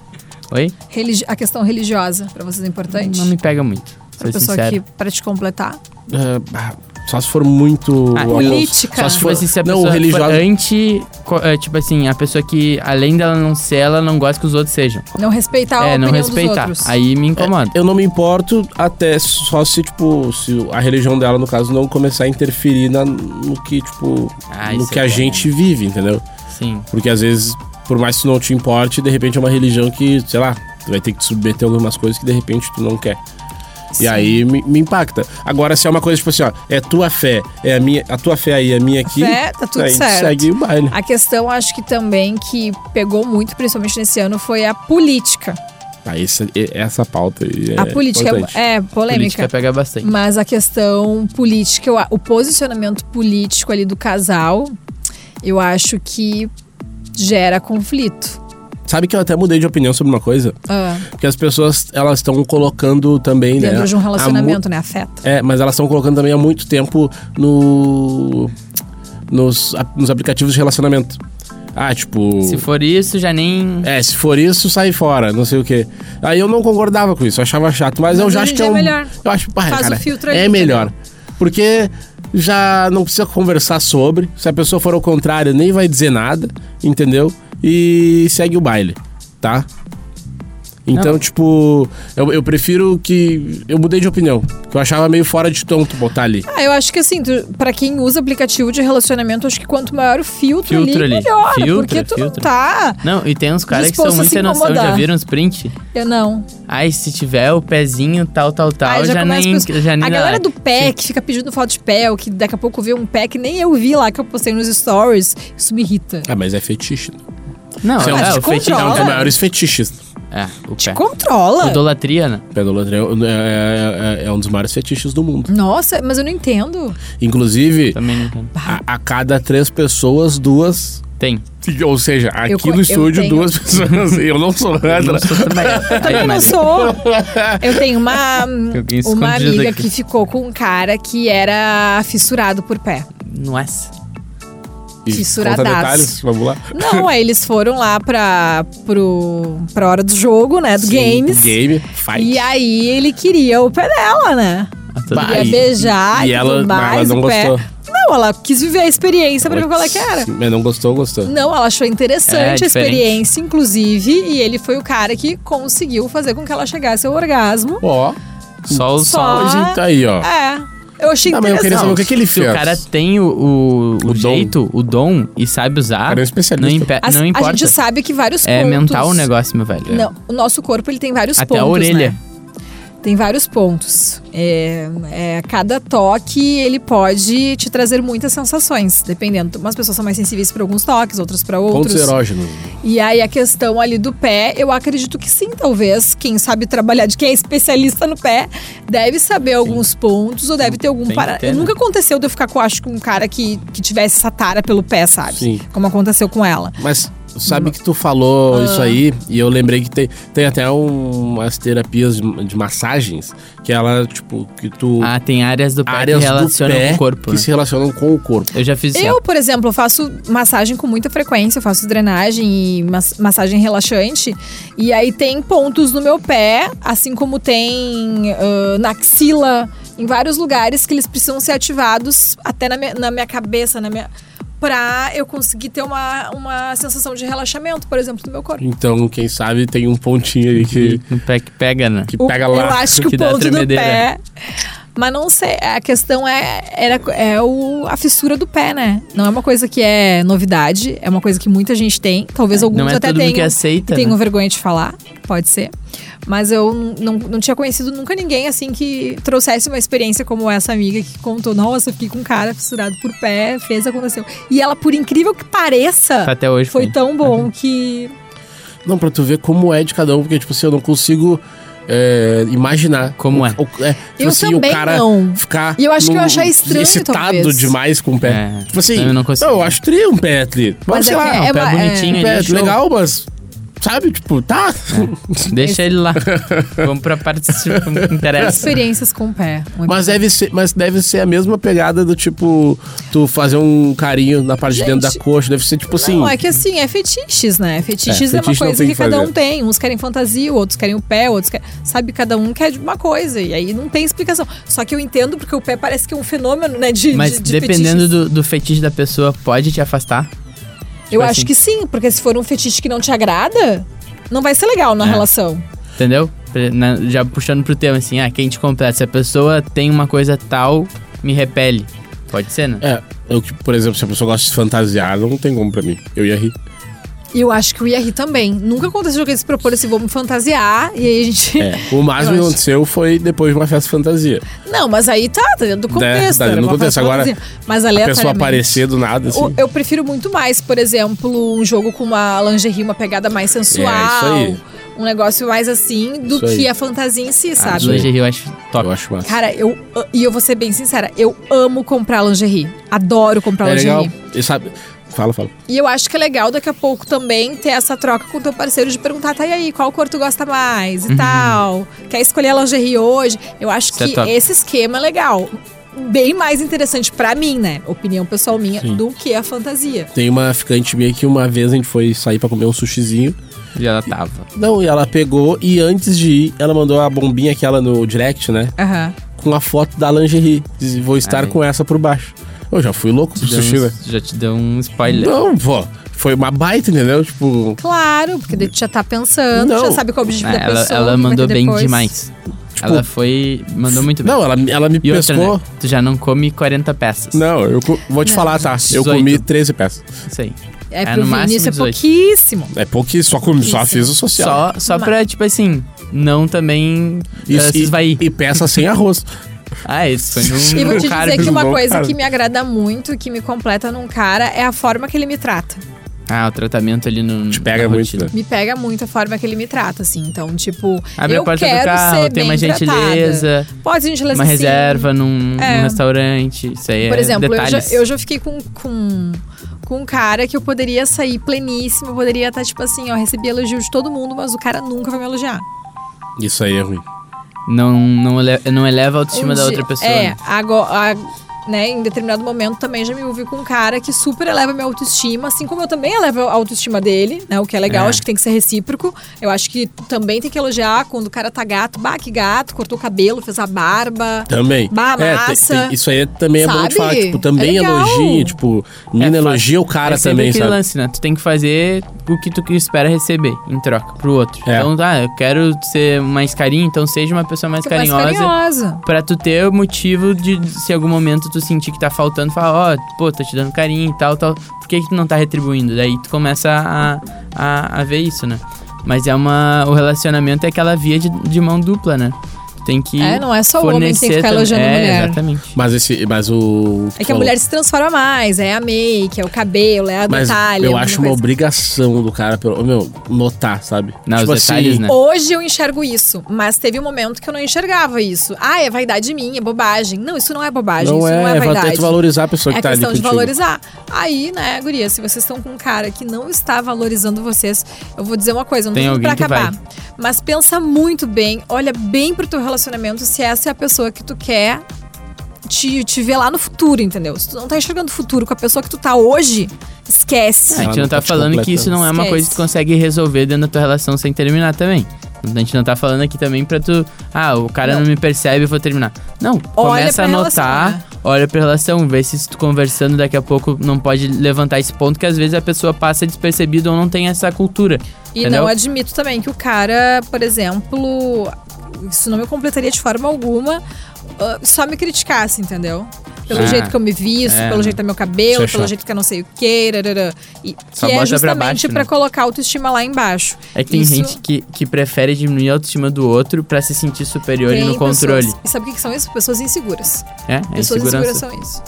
Speaker 3: Oi?
Speaker 2: Religi- a questão religiosa pra vocês é importante?
Speaker 3: Não me pega muito.
Speaker 2: pra
Speaker 3: Sou
Speaker 2: pessoa
Speaker 3: sincero.
Speaker 2: que, pra te completar.
Speaker 1: Ah, bah, só se for muito.
Speaker 3: Ah,
Speaker 2: política.
Speaker 1: Só se
Speaker 3: Se
Speaker 1: for.
Speaker 3: fosse se a
Speaker 1: não,
Speaker 3: pessoa
Speaker 1: religiosa.
Speaker 3: for anti. co- é, Tipo assim, a pessoa que, além dela não ser, ela não gosta que os outros sejam.
Speaker 2: Não respeitar a
Speaker 3: é, não
Speaker 2: opinião
Speaker 3: respeitar.
Speaker 2: dos outros.
Speaker 3: Aí me incomoda.
Speaker 1: Eu não me importo até só se, tipo, se a religião dela, no caso, não começar a interferir na- no que, tipo,
Speaker 3: Ah,
Speaker 1: no
Speaker 3: isso
Speaker 1: que
Speaker 3: é
Speaker 1: a
Speaker 3: bom.
Speaker 1: gente vive, entendeu?
Speaker 3: Sim.
Speaker 1: Porque às vezes, por mais que tu não te importe, de repente é uma religião que, sei lá, tu vai ter que te submeter a algumas coisas que de repente tu não quer. E aí me, me impacta. Agora, se é uma coisa tipo assim, ó, é tua fé, é a minha, a tua fé aí, a minha aqui.
Speaker 2: fé, tá tudo
Speaker 1: aí
Speaker 2: certo.
Speaker 1: segue o baile.
Speaker 2: A questão, acho que também, que pegou muito, principalmente nesse ano, foi a política.
Speaker 1: Ah, essa, e- essa pauta aí é
Speaker 2: a política é-
Speaker 1: importante.
Speaker 2: é,
Speaker 3: Política
Speaker 2: polêmica.
Speaker 3: pega bastante.
Speaker 2: Mas a questão política, eu a- o posicionamento político ali do casal, eu acho que gera conflito.
Speaker 1: Sabe que eu até mudei de opinião sobre uma coisa?
Speaker 2: Ah,
Speaker 1: Porque as pessoas, elas estão colocando também, né?
Speaker 2: dentro de um
Speaker 1: a mu-
Speaker 2: relacionamento, né? Afeta.
Speaker 1: É, mas elas estão colocando também há muito tempo no nos, a- nos aplicativos de relacionamento. Ah, tipo.
Speaker 3: Se for isso, já nem.
Speaker 1: É, se for isso, sai fora, não sei o quê. Aí eu não concordava com isso, eu achava chato, mas, eu
Speaker 2: Mas
Speaker 1: já acho
Speaker 2: hoje em
Speaker 1: que
Speaker 2: dia
Speaker 1: é
Speaker 2: é
Speaker 1: um.
Speaker 2: melhor.
Speaker 1: Eu acho, pá,
Speaker 2: Faz o
Speaker 1: cara,
Speaker 2: filtro ali,
Speaker 1: é melhor. Porque já não precisa conversar sobre. Se a pessoa for ao contrário, nem vai dizer nada, entendeu? E segue o baile, tá? Então, tipo, eu, eu prefiro que. Eu mudei de opinião. Que eu achava meio fora de tom tu botar ali.
Speaker 2: Ah, eu acho que assim, tu, pra quem usa aplicativo de relacionamento, acho que quanto maior o filtro,
Speaker 3: Filtro
Speaker 2: ali,
Speaker 3: ali.
Speaker 2: melhor. né?
Speaker 3: Filtro,
Speaker 2: porque tu não
Speaker 3: filtro.
Speaker 2: tá.
Speaker 3: Não, e tem uns caras que
Speaker 2: Disposto
Speaker 3: são
Speaker 2: a
Speaker 3: muito
Speaker 2: se
Speaker 3: sem noção, já
Speaker 2: incomodar.
Speaker 3: viram os print?
Speaker 2: Eu não.
Speaker 3: Ai, se tiver o pezinho tal, tal, tal,
Speaker 2: Aí
Speaker 3: Tá, já,
Speaker 2: começa
Speaker 3: nem,
Speaker 2: a pessoa-
Speaker 3: já nem
Speaker 2: A
Speaker 3: dá
Speaker 2: galera
Speaker 3: like.
Speaker 2: do pé que fica pedindo foto de pé, ou que daqui a pouco vê um pé que nem eu vi lá que eu postei nos stories, isso me irrita.
Speaker 1: Ah, mas é fetiche. né?
Speaker 3: Não,
Speaker 1: Isso é
Speaker 3: é,
Speaker 1: um-
Speaker 3: é,
Speaker 2: te
Speaker 3: o feitiço.
Speaker 1: É um
Speaker 2: controla.
Speaker 3: É,
Speaker 1: dos maiores fetiches.
Speaker 3: o
Speaker 2: Te
Speaker 3: pé.
Speaker 2: controla.
Speaker 3: Idolatria, né?
Speaker 1: Pedolatria é, é- é- é um dos maiores fetiches do mundo.
Speaker 2: Nossa, mas eu não entendo.
Speaker 1: Inclusive,
Speaker 3: Também não entendo.
Speaker 1: a, a cada três pessoas, duas.
Speaker 3: Tem.
Speaker 1: Ou seja, aqui
Speaker 2: Eu co-
Speaker 1: no
Speaker 2: eu
Speaker 1: estúdio,
Speaker 2: tenho-
Speaker 1: duas pessoas. Eu não sou Andra.
Speaker 3: Eu
Speaker 2: Também não sou. Eu tenho uma,
Speaker 3: alguém
Speaker 2: uma
Speaker 3: escondido
Speaker 2: amiga
Speaker 3: aqui.
Speaker 2: que ficou com um cara que era fissurado por pé.
Speaker 3: Nossa.
Speaker 1: E
Speaker 2: fissuradaço.
Speaker 1: conta detalhes, vamos lá.
Speaker 2: Não, aí eles foram lá pra, pro, pra hora do jogo, né? Do games.
Speaker 1: Game, fight.
Speaker 2: E aí ele queria o pé dela, né?
Speaker 3: Ah, tudo
Speaker 1: Bah,
Speaker 3: bem.
Speaker 2: Ia
Speaker 1: e-
Speaker 2: beijar
Speaker 1: e
Speaker 2: e,
Speaker 1: ela-
Speaker 2: tudo mais,
Speaker 1: ela não
Speaker 2: o pé.
Speaker 1: gostou.
Speaker 2: Não, ela quis viver a experiência pra ver qual é que era.
Speaker 1: Mas não gostou, gostou.
Speaker 2: Não, ela achou interessante
Speaker 3: É,
Speaker 2: a
Speaker 3: diferente.
Speaker 2: experiência, inclusive, e ele foi o cara que conseguiu fazer com que ela chegasse ao orgasmo.
Speaker 1: Ó,
Speaker 3: Só o
Speaker 2: Só-
Speaker 3: sol.
Speaker 1: a gente tá aí, ó.
Speaker 2: É, eu achei
Speaker 1: Ah, mas eu queria
Speaker 2: interessante.
Speaker 1: saber o que, que ele
Speaker 3: Se
Speaker 1: fez.
Speaker 3: o cara tem o, o, o
Speaker 1: O dom.
Speaker 3: jeito, o dom e sabe usar,
Speaker 1: Cara, é um
Speaker 3: não,
Speaker 1: especialista.
Speaker 3: impe-
Speaker 2: A-
Speaker 3: não
Speaker 2: A
Speaker 3: importa.
Speaker 2: gente sabe que vários
Speaker 3: É
Speaker 2: pontos...
Speaker 3: mental o negócio, meu velho.
Speaker 2: Não, o nosso corpo ele tem vários
Speaker 3: É. Até
Speaker 2: pontos,
Speaker 3: a orelha.
Speaker 2: né? Tem vários pontos. É, é, cada toque ele pode te trazer muitas sensações, dependendo. Umas pessoas são mais sensíveis para alguns toques, outras para
Speaker 1: Pontos
Speaker 2: outros.
Speaker 1: erógenos.
Speaker 2: E aí a questão ali do pé, eu acredito que sim, talvez. Quem sabe trabalhar, de quem é especialista no pé, deve saber alguns pontos ou deve ter algum
Speaker 3: Tem que
Speaker 2: para.
Speaker 3: ter, né?
Speaker 2: Nunca aconteceu de eu ficar com acho que um cara que, que tivesse essa tara pelo pé, sabe?
Speaker 1: Sim.
Speaker 2: Como aconteceu com ela.
Speaker 1: Mas sabe
Speaker 2: Hum.
Speaker 1: que tu falou
Speaker 2: Ah.
Speaker 1: isso aí e eu lembrei que tem, tem até um- umas terapias de, de massagens que ela, tipo, que tu...
Speaker 3: Ah, tem áreas do pé
Speaker 1: áreas
Speaker 3: que relacionam
Speaker 1: do pé
Speaker 3: com o corpo.
Speaker 1: que
Speaker 3: né?
Speaker 1: se relacionam com o corpo.
Speaker 3: Eu já fiz isso.
Speaker 2: Eu, por exemplo, faço massagem com muita frequência, eu faço drenagem e mas- massagem relaxante. E aí tem pontos no meu pé, assim como tem ah, na axila, em vários lugares que eles precisam ser ativados, até na minha, na minha cabeça, na minha. Pra eu conseguir ter uma, uma sensação de relaxamento, por exemplo, no meu corpo.
Speaker 1: Então, quem sabe tem um pontinho aí que,
Speaker 3: No pé que pega, né?
Speaker 1: que
Speaker 2: O-
Speaker 1: pega
Speaker 2: Eu
Speaker 1: lá.
Speaker 2: acho que,
Speaker 3: que
Speaker 2: o
Speaker 3: dá
Speaker 2: ponto do
Speaker 3: tremedeira.
Speaker 2: pé. Mas não sei, a questão é, era, é o, a fissura do pé, né? Não é uma coisa que é novidade, é uma coisa que muita gente tem. Talvez alguns
Speaker 3: Não é
Speaker 2: até
Speaker 3: todo mundo que
Speaker 2: tenham,
Speaker 3: aceita.
Speaker 2: tenham
Speaker 3: né?
Speaker 2: vergonha de falar, pode ser. Mas eu n- não, não tinha conhecido nunca ninguém assim que trouxesse uma experiência como essa amiga que contou: nossa, fiquei com um cara fissurado por pé, fez, aconteceu. E ela, por incrível que pareça,
Speaker 3: Tá Até hoje
Speaker 2: foi
Speaker 3: foi.
Speaker 2: tão bom que.
Speaker 1: Não, pra tu ver como é de cada um, porque, tipo assim, eu não consigo é, imaginar.
Speaker 3: Como
Speaker 1: o-
Speaker 3: é.
Speaker 1: o- é, tipo
Speaker 2: Eu
Speaker 1: assim,
Speaker 2: também
Speaker 1: o cara
Speaker 2: não.
Speaker 1: ficar.
Speaker 2: E eu acho que eu
Speaker 1: num-
Speaker 2: achar estranho,
Speaker 1: Excitado
Speaker 2: talvez.
Speaker 1: demais com o pé.
Speaker 3: É,
Speaker 1: tipo assim,
Speaker 3: eu não consigo.
Speaker 1: eu acho tri um pé tri. Mas,
Speaker 2: Mas
Speaker 1: sei
Speaker 2: é
Speaker 1: lá,
Speaker 2: que
Speaker 1: um
Speaker 3: É,
Speaker 2: É
Speaker 3: o pé
Speaker 2: uma- é,
Speaker 3: bonitinho
Speaker 1: pé
Speaker 3: ali. show.
Speaker 1: legal, mas. Sabe, tipo, tá.
Speaker 3: Deixa ele lá. Vamos pra parte que interessa.
Speaker 2: Experiências com o pé. Um
Speaker 1: Mas deve, ser, mas deve ser a mesma pegada do tipo, tu fazer um carinho na parte de dentro da
Speaker 2: Gente,
Speaker 1: coxa. Deve ser tipo assim.
Speaker 2: Não, é que assim, é fetiches, né? Fetiches
Speaker 1: É,
Speaker 2: é,
Speaker 1: fetiche não
Speaker 2: uma coisa
Speaker 1: tem
Speaker 2: que,
Speaker 1: que
Speaker 2: cada
Speaker 1: fazer.
Speaker 2: um tem. Uns querem fantasia, outros querem o pé, outros querem. Sabe, cada um quer de uma coisa. E aí não tem explicação. Só que eu entendo porque o pé parece que é um fenômeno, né? De,
Speaker 3: Mas
Speaker 2: de- de
Speaker 3: dependendo
Speaker 2: fetiches.
Speaker 3: do, do fetiche da pessoa, pode te afastar?
Speaker 2: Eu
Speaker 3: tipo
Speaker 2: acho
Speaker 3: assim.
Speaker 2: que sim, porque se for um fetiche que não te agrada, não vai ser legal na
Speaker 3: É.
Speaker 2: relação.
Speaker 3: Entendeu? Pre- na- Já puxando pro tema assim, ah, quem te completa? Se a pessoa tem uma coisa tal, me repele. Pode ser, né?
Speaker 1: É, eu, que, por exemplo, se a pessoa gosta de fantasiar, não tem como pra mim. Eu ia rir.
Speaker 2: E eu acho que o IR também. Nunca aconteceu que eles proporam assim, vou me fantasiar. E aí a gente.
Speaker 1: É, o máximo
Speaker 2: Eu
Speaker 1: que
Speaker 2: acho.
Speaker 1: aconteceu foi depois de uma festa de fantasia.
Speaker 2: Não, mas aí tá, tá dentro do contexto.
Speaker 1: tá dentro
Speaker 2: era
Speaker 1: do
Speaker 2: uma
Speaker 1: contexto. Agora,
Speaker 2: fantasia. mas
Speaker 1: A pessoa
Speaker 2: aleatoriamente.
Speaker 1: aparecer do nada, assim.
Speaker 2: O- eu prefiro muito mais, por exemplo, um jogo com uma lingerie, uma pegada mais sensual.
Speaker 1: É, isso
Speaker 2: Um negócio mais assim do
Speaker 1: Isso aí. Ah,
Speaker 2: que a fantasia em si,
Speaker 3: A
Speaker 2: sabe?
Speaker 3: Ah, lingerie eu acho top.
Speaker 1: Eu acho massa.
Speaker 2: Cara, eu. E eu vou ser bem sincera, eu amo comprar lingerie. Adoro comprar
Speaker 1: é
Speaker 2: lingerie.
Speaker 1: legal. E sabe... Fala, fala.
Speaker 2: E eu acho que é legal daqui a pouco também ter essa troca com o teu parceiro de perguntar, tá e aí, qual cor tu gosta mais e
Speaker 1: Uhum.
Speaker 2: tal. Quer escolher a lingerie hoje? Eu acho
Speaker 3: Isso é
Speaker 2: que
Speaker 3: top.
Speaker 2: esse esquema é legal. Bem mais interessante pra mim, né? Opinião pessoal minha, do que a fantasia.
Speaker 1: Tem uma ficante minha que uma vez a gente foi sair pra comer um sushizinho.
Speaker 3: E ela tava.
Speaker 1: Não, e ela pegou e antes de ir, ela mandou a bombinha aquela no direct, né?
Speaker 2: Aham.
Speaker 1: com a foto da lingerie. Diz, vou estar
Speaker 3: Ai.
Speaker 1: com essa por baixo. Eu já fui louco pro
Speaker 3: Te deu
Speaker 1: sushi,
Speaker 3: um-
Speaker 1: velho.
Speaker 3: já te deu um spoiler.
Speaker 1: Não, pô. Foi uma baita, entendeu? Tipo,
Speaker 2: Claro, porque daí tu já tá pensando,
Speaker 1: Não.
Speaker 2: já sabe qual é o objetivo
Speaker 3: Ah,
Speaker 2: da
Speaker 3: ela,
Speaker 2: pessoa.
Speaker 3: ela
Speaker 2: o que vai
Speaker 3: mandou
Speaker 2: ter
Speaker 3: bem
Speaker 2: depois.
Speaker 3: demais.
Speaker 1: Tipo-
Speaker 3: ela foi. Mandou muito bem.
Speaker 1: não, ela, ela me
Speaker 3: e outra,
Speaker 1: pescou.
Speaker 3: né? Tu já não come 40 peças.
Speaker 1: Não, eu co- vou te
Speaker 2: Não.
Speaker 1: falar, tá? Eu
Speaker 3: 18.
Speaker 1: comi 13 peças.
Speaker 3: Isso aí.
Speaker 2: É,
Speaker 3: É,
Speaker 2: pro
Speaker 3: no
Speaker 2: Vini
Speaker 3: máximo
Speaker 2: isso é
Speaker 3: 18.
Speaker 2: pouquíssimo.
Speaker 1: É pouquíssimo, só, comi, só
Speaker 2: Pouquíssimo.
Speaker 1: fiz o social.
Speaker 3: Só, só pra, tipo assim, não também
Speaker 1: E-
Speaker 3: eh, se esvair.
Speaker 1: e, e peça sem arroz.
Speaker 3: Ah, isso foi
Speaker 2: E
Speaker 3: um
Speaker 2: vou te
Speaker 3: carbo.
Speaker 2: dizer que uma
Speaker 1: bom,
Speaker 2: coisa
Speaker 1: cara.
Speaker 2: que me agrada muito, que me completa num cara, é a forma que ele me trata.
Speaker 3: Ah, o tratamento ali no.
Speaker 1: Te pega
Speaker 3: Hum, na
Speaker 1: muito,
Speaker 3: rotina.
Speaker 1: né?
Speaker 2: Me pega muito a forma que ele me trata, assim. Então, tipo,
Speaker 3: Abre
Speaker 2: eu
Speaker 3: a porta do
Speaker 2: quero
Speaker 3: carro,
Speaker 2: ser
Speaker 3: tem
Speaker 2: bem
Speaker 3: uma
Speaker 2: tratada.
Speaker 3: gentileza,
Speaker 2: Pode gentileza
Speaker 3: uma
Speaker 2: sim.
Speaker 3: reserva num,
Speaker 2: assim. É.
Speaker 3: num restaurante. Isso aí
Speaker 2: Por
Speaker 3: é
Speaker 2: exemplo, eu já,
Speaker 3: detalhes.
Speaker 2: eu já fiquei com, com, com um cara que eu poderia sair pleníssima, eu poderia estar, tipo assim, ó, recebi elogio de todo mundo, mas o cara nunca vai me elogiar.
Speaker 1: Isso aí é ruim.
Speaker 3: Não, não, ele- não eleva a autoestima
Speaker 2: Um
Speaker 3: da
Speaker 2: dia-
Speaker 3: outra pessoa. né?
Speaker 2: É, agora. a- né, em determinado momento também já me ouvi com um cara que super eleva minha autoestima, assim como eu também elevo a autoestima dele, né? O que é legal,
Speaker 3: É.
Speaker 2: acho que tem que ser recíproco. Eu acho que tu também tem que elogiar quando o cara tá gato, bah, que gato, cortou o cabelo, fez a barba.
Speaker 1: Também.
Speaker 2: Bah,
Speaker 1: É, tem-
Speaker 2: massa.
Speaker 1: tem- isso aí é- também é bom
Speaker 2: Sabe?
Speaker 1: de falar. Tipo, também
Speaker 2: É legal.
Speaker 1: elogia, tipo,
Speaker 3: É
Speaker 1: mina
Speaker 3: fácil.
Speaker 1: elogia o cara
Speaker 3: é sempre
Speaker 1: também,
Speaker 3: aquele
Speaker 1: sabe?
Speaker 3: lance, né? Tu tem que fazer o que tu espera receber em troca pro outro.
Speaker 1: É.
Speaker 3: Então, tá, eu quero ser mais carinho, então seja uma pessoa mais
Speaker 2: Fica Tipo, mais
Speaker 3: carinhosa.
Speaker 2: carinhosa.
Speaker 3: Pra tu ter o motivo de, se em algum momento tu sentir que tá faltando, falar, ó, pô, tô te dando carinho e tal, tal. Por que, que tu não tá retribuindo? Daí tu começa a, a, a ver isso, né? Mas é uma. O relacionamento é aquela via de, de mão dupla, né? Tu tem que.
Speaker 2: É, não é só o homem que tem que ficar
Speaker 3: fornecer
Speaker 2: elogiando a
Speaker 3: também. é,
Speaker 2: mulher.
Speaker 3: Exatamente.
Speaker 1: Mas esse. Mas o.
Speaker 2: É que a mulher se transforma mais, é a make, é o cabelo, é a
Speaker 1: Mas
Speaker 2: detalhe.
Speaker 1: eu
Speaker 2: alguma
Speaker 1: acho uma
Speaker 2: coisa.
Speaker 1: obrigação do cara, pelo, meu, notar, sabe? Tipo assim,
Speaker 3: Não, os detalhes,
Speaker 1: É.
Speaker 3: né?
Speaker 2: Hoje eu enxergo isso, mas teve um momento que eu não enxergava isso. Ah, é vaidade minha, é bobagem. Não, isso não é bobagem,
Speaker 1: Não
Speaker 2: isso
Speaker 1: é,
Speaker 2: não é
Speaker 1: vai
Speaker 2: vaidade.
Speaker 1: ter que valorizar a pessoa que
Speaker 2: é
Speaker 1: tá ali
Speaker 2: questão de
Speaker 1: contigo.
Speaker 2: valorizar. Aí, né, guria, se vocês estão com um cara que não está valorizando vocês, eu vou dizer uma coisa, não
Speaker 3: Tem
Speaker 2: tô indo pra
Speaker 3: alguém que
Speaker 2: acabar. Mas pensa muito bem, olha bem pro teu relacionamento se essa é a pessoa que tu quer te, te ver lá no futuro, entendeu? Se tu não tá enxergando o futuro com a pessoa que tu tá hoje, esquece.
Speaker 3: a gente
Speaker 1: Ela
Speaker 3: não
Speaker 1: não
Speaker 3: tá
Speaker 1: tá te
Speaker 3: falando que
Speaker 1: completando.
Speaker 3: isso não é uma
Speaker 2: Esquece.
Speaker 3: coisa que tu consegue resolver dentro da tua relação sem terminar também. A gente não tá falando aqui também pra tu. Ah, o cara não, me percebe, eu vou terminar. Não, começa
Speaker 2: pra
Speaker 3: a
Speaker 2: relação,
Speaker 3: anotar,
Speaker 2: né?
Speaker 3: olha pra relação, vê se tu conversando daqui a pouco não pode levantar esse ponto que às vezes a pessoa passa despercebido ou não tem essa cultura.
Speaker 2: E
Speaker 3: entendeu?
Speaker 2: não admito também que o cara, por exemplo, isso não me completaria de forma alguma, ah, só me criticasse, entendeu? Pelo
Speaker 3: Ah,
Speaker 2: jeito que eu me visto,
Speaker 3: é.
Speaker 2: pelo jeito do meu
Speaker 1: Isso
Speaker 2: cabelo,
Speaker 1: é
Speaker 2: pelo
Speaker 1: chato.
Speaker 2: jeito que eu não sei o que, rarara, e,
Speaker 3: Só
Speaker 2: que é
Speaker 3: bota pra
Speaker 2: justamente
Speaker 3: baixo, né?
Speaker 2: pra colocar a autoestima lá embaixo.
Speaker 3: É que tem
Speaker 2: Isso-
Speaker 3: gente que, que prefere diminuir a autoestima do outro pra se sentir superior e
Speaker 2: Tem
Speaker 3: no controle.
Speaker 2: pessoas- e sabe o que que são isso? Pessoas inseguras.
Speaker 3: É, é
Speaker 2: Pessoas inseguras
Speaker 3: insegurança. É,
Speaker 2: são isso.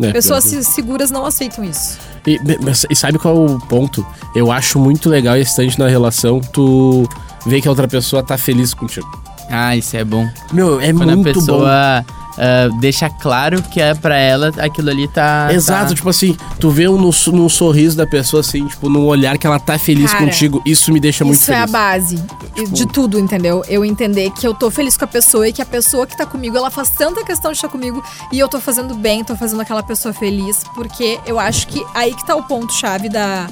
Speaker 1: né?
Speaker 2: Pessoas seguras não aceitam isso.
Speaker 1: E, mas- e sabe qual é o ponto? Eu acho muito legal e excitante na relação tu ver que a outra pessoa tá feliz contigo.
Speaker 3: Ah, isso é bom.
Speaker 1: Meu, é
Speaker 3: Quando
Speaker 1: muito
Speaker 3: a
Speaker 1: bom.
Speaker 3: pessoa ah, deixa claro que é pra ela aquilo ali tá.
Speaker 1: Exato,
Speaker 3: tá-
Speaker 1: tipo assim, tu vê um, no, num sorriso da pessoa, assim, tipo, num olhar que ela tá feliz
Speaker 2: Cara,
Speaker 1: contigo, isso me deixa muito
Speaker 2: Isso é a
Speaker 1: feliz. Tipo,
Speaker 2: base e de tudo, entendeu? Eu entender que eu tô feliz com a pessoa e que a pessoa que tá comigo, ela faz tanta questão de estar comigo e eu tô fazendo bem, tô fazendo aquela pessoa feliz, porque eu acho que aí que tá o ponto-chave da.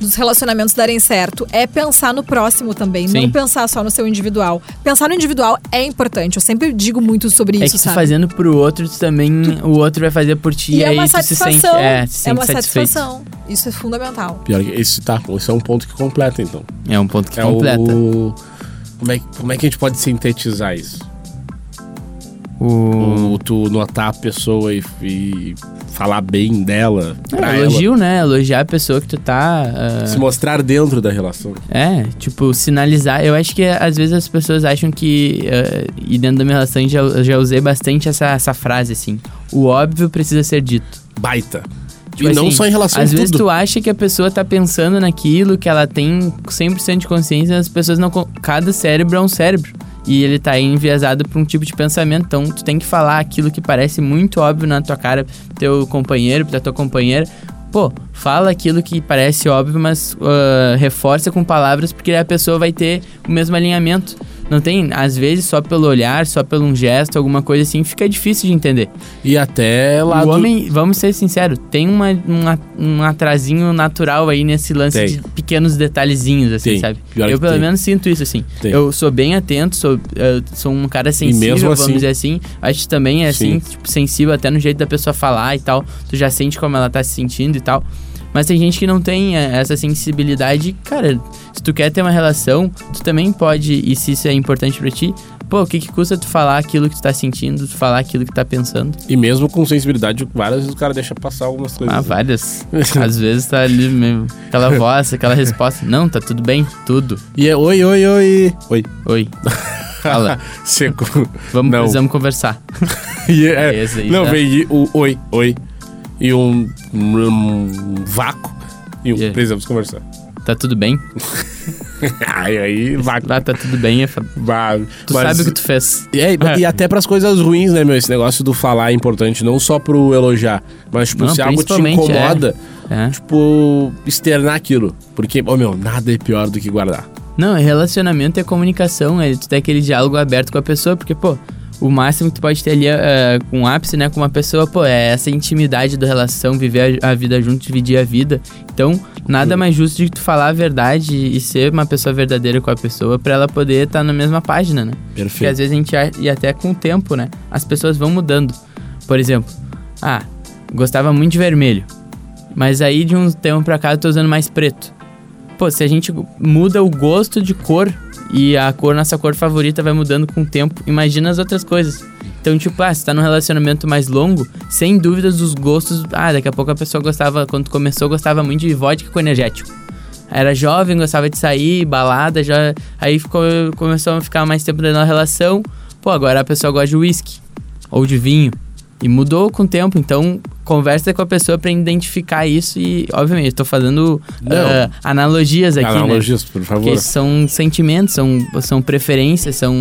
Speaker 2: Dos relacionamentos darem certo é pensar no próximo também,
Speaker 3: Sim.
Speaker 2: não pensar só no seu individual. Pensar no individual é importante, eu sempre digo muito sobre
Speaker 3: é
Speaker 2: isso,
Speaker 3: que tu
Speaker 2: sabe?
Speaker 3: fazendo pro outro, tu também o outro vai fazer por ti.
Speaker 2: E, é
Speaker 3: aí
Speaker 2: uma
Speaker 3: tu se
Speaker 2: satisfação.
Speaker 3: sente, é, se sente
Speaker 2: é uma
Speaker 3: satisfeito.
Speaker 2: satisfação. Isso é fundamental.
Speaker 1: Pior que esse, tá, esse é um ponto que completa, então.
Speaker 3: É um ponto que
Speaker 1: É
Speaker 3: completa.
Speaker 1: o... Como é, que- como é que a gente pode sintetizar isso?
Speaker 3: O...
Speaker 1: O, tu notar a pessoa e, e falar bem dela, pra
Speaker 3: É,
Speaker 1: Ah, ela,
Speaker 3: elogio, né? Elogiar a pessoa que tu tá. ah,
Speaker 1: se mostrar dentro da relação.
Speaker 3: É, tipo, sinalizar. Eu acho que às vezes as pessoas acham que. eh, e dentro da minha relação já, eu já usei bastante essa, essa frase, assim. O óbvio precisa ser dito.
Speaker 1: Baita.
Speaker 3: Tipo
Speaker 1: e não
Speaker 3: assim,
Speaker 1: só em relação a
Speaker 3: Às
Speaker 1: tudo.
Speaker 3: vezes tu acha que a pessoa tá pensando naquilo, que ela tem 100% de consciência, as pessoas não. con- Cada cérebro é um cérebro. E ele tá enviesado pra um tipo de pensamento. Então tu tem que falar aquilo que parece muito óbvio na tua cara, pro teu companheiro, pra tua companheira. Pô, fala aquilo que parece óbvio, mas ah, reforça com palavras, porque a pessoa vai ter o mesmo alinhamento. Não tem, às vezes, só pelo olhar, só pelo um gesto, alguma coisa assim, fica difícil de entender.
Speaker 1: E até lá
Speaker 3: o homem, vamos ser sinceros, tem uma, um a- um atrasinho natural aí nesse lance
Speaker 1: Tem.
Speaker 3: de pequenos detalhezinhos, assim,
Speaker 1: Tem.
Speaker 3: sabe?
Speaker 1: Pior
Speaker 3: eu
Speaker 1: que
Speaker 3: pelo
Speaker 1: tem.
Speaker 3: menos sinto isso, assim.
Speaker 1: Tem.
Speaker 3: Eu sou bem atento, sou, eu sou um cara sensível,
Speaker 1: mesmo
Speaker 3: vamos
Speaker 1: assim-
Speaker 3: dizer assim. A gente também é assim,
Speaker 1: Sim.
Speaker 3: tipo, sensível até no jeito da pessoa falar e tal. Tu já sente como ela tá se sentindo e tal. Mas tem gente que não tem eh, essa sensibilidade. Cara, se tu quer ter uma relação, tu também pode, e se isso é importante pra ti, pô, o que, que custa tu falar aquilo que tu tá sentindo, tu falar aquilo que tá pensando?
Speaker 1: E mesmo com sensibilidade, várias vezes o cara deixa passar algumas coisas.
Speaker 3: Ah, várias. Às vezes tá ali mesmo. Aquela voz, aquela resposta. Não, tá tudo bem, tudo.
Speaker 1: E é oi, oi, oi. Oi.
Speaker 3: Oi. Fala.
Speaker 1: Seco.
Speaker 3: Vamos,
Speaker 1: não.
Speaker 3: precisamos conversar.
Speaker 1: E é-
Speaker 3: Esse aí,
Speaker 1: não,
Speaker 3: tá?
Speaker 1: vem o oi, oi. E um, um vácuo. E um
Speaker 3: E aí?
Speaker 1: precisamos conversar.
Speaker 3: Tá tudo bem?
Speaker 1: Ai, aí, vácuo.
Speaker 3: Lá tá tudo bem. é fa-
Speaker 1: Bah,
Speaker 3: Tu
Speaker 1: mas-
Speaker 3: sabe o que tu É. fez.
Speaker 1: E, aí, e até pras coisas ruins, né, meu? Esse negócio do falar é importante, não só pro elogiar, mas tipo,
Speaker 3: Não,
Speaker 1: se algo te
Speaker 3: principalmente, é.
Speaker 1: incomoda,
Speaker 3: É.
Speaker 1: tipo, externar aquilo. Porque, ô meu, nada é pior do que guardar.
Speaker 3: Não, é relacionamento é comunicação, é tu ter aquele diálogo aberto com a pessoa, porque, pô, o máximo que tu pode ter ali é, com um ápice, né, com uma pessoa, pô, é essa intimidade da relação, viver a, a vida junto, dividir a vida. Então, nada mais justo de que tu falar a verdade e ser uma pessoa verdadeira com a pessoa pra ela poder estar na mesma página, né? Porque às
Speaker 1: Perfeito.
Speaker 3: vezes a gente, a- e até com o tempo, né? As pessoas vão mudando. Por exemplo, ah, gostava muito de vermelho. Mas aí de um tempo pra cá eu tô usando mais preto. Pô, se a gente muda o gosto de cor e a cor, nossa cor favorita vai mudando com o tempo, imagina as outras coisas. Então, tipo, ah, se tá num relacionamento mais longo, sem dúvidas os gostos. Ah, daqui a pouco a pessoa gostava, quando começou, gostava muito de vodka com energético era jovem, gostava de sair, balada, já. Aí ficou, começou a ficar mais tempo dentro da relação. Pô, agora a pessoa gosta de uísque ou de vinho. E mudou com o tempo, então conversa com a pessoa pra identificar isso e, obviamente, eu tô fazendo
Speaker 1: Não.
Speaker 3: ah, analogias aqui, né?
Speaker 1: Analogias, por
Speaker 3: Porque
Speaker 1: favor.
Speaker 3: são sentimentos, são, são preferências, são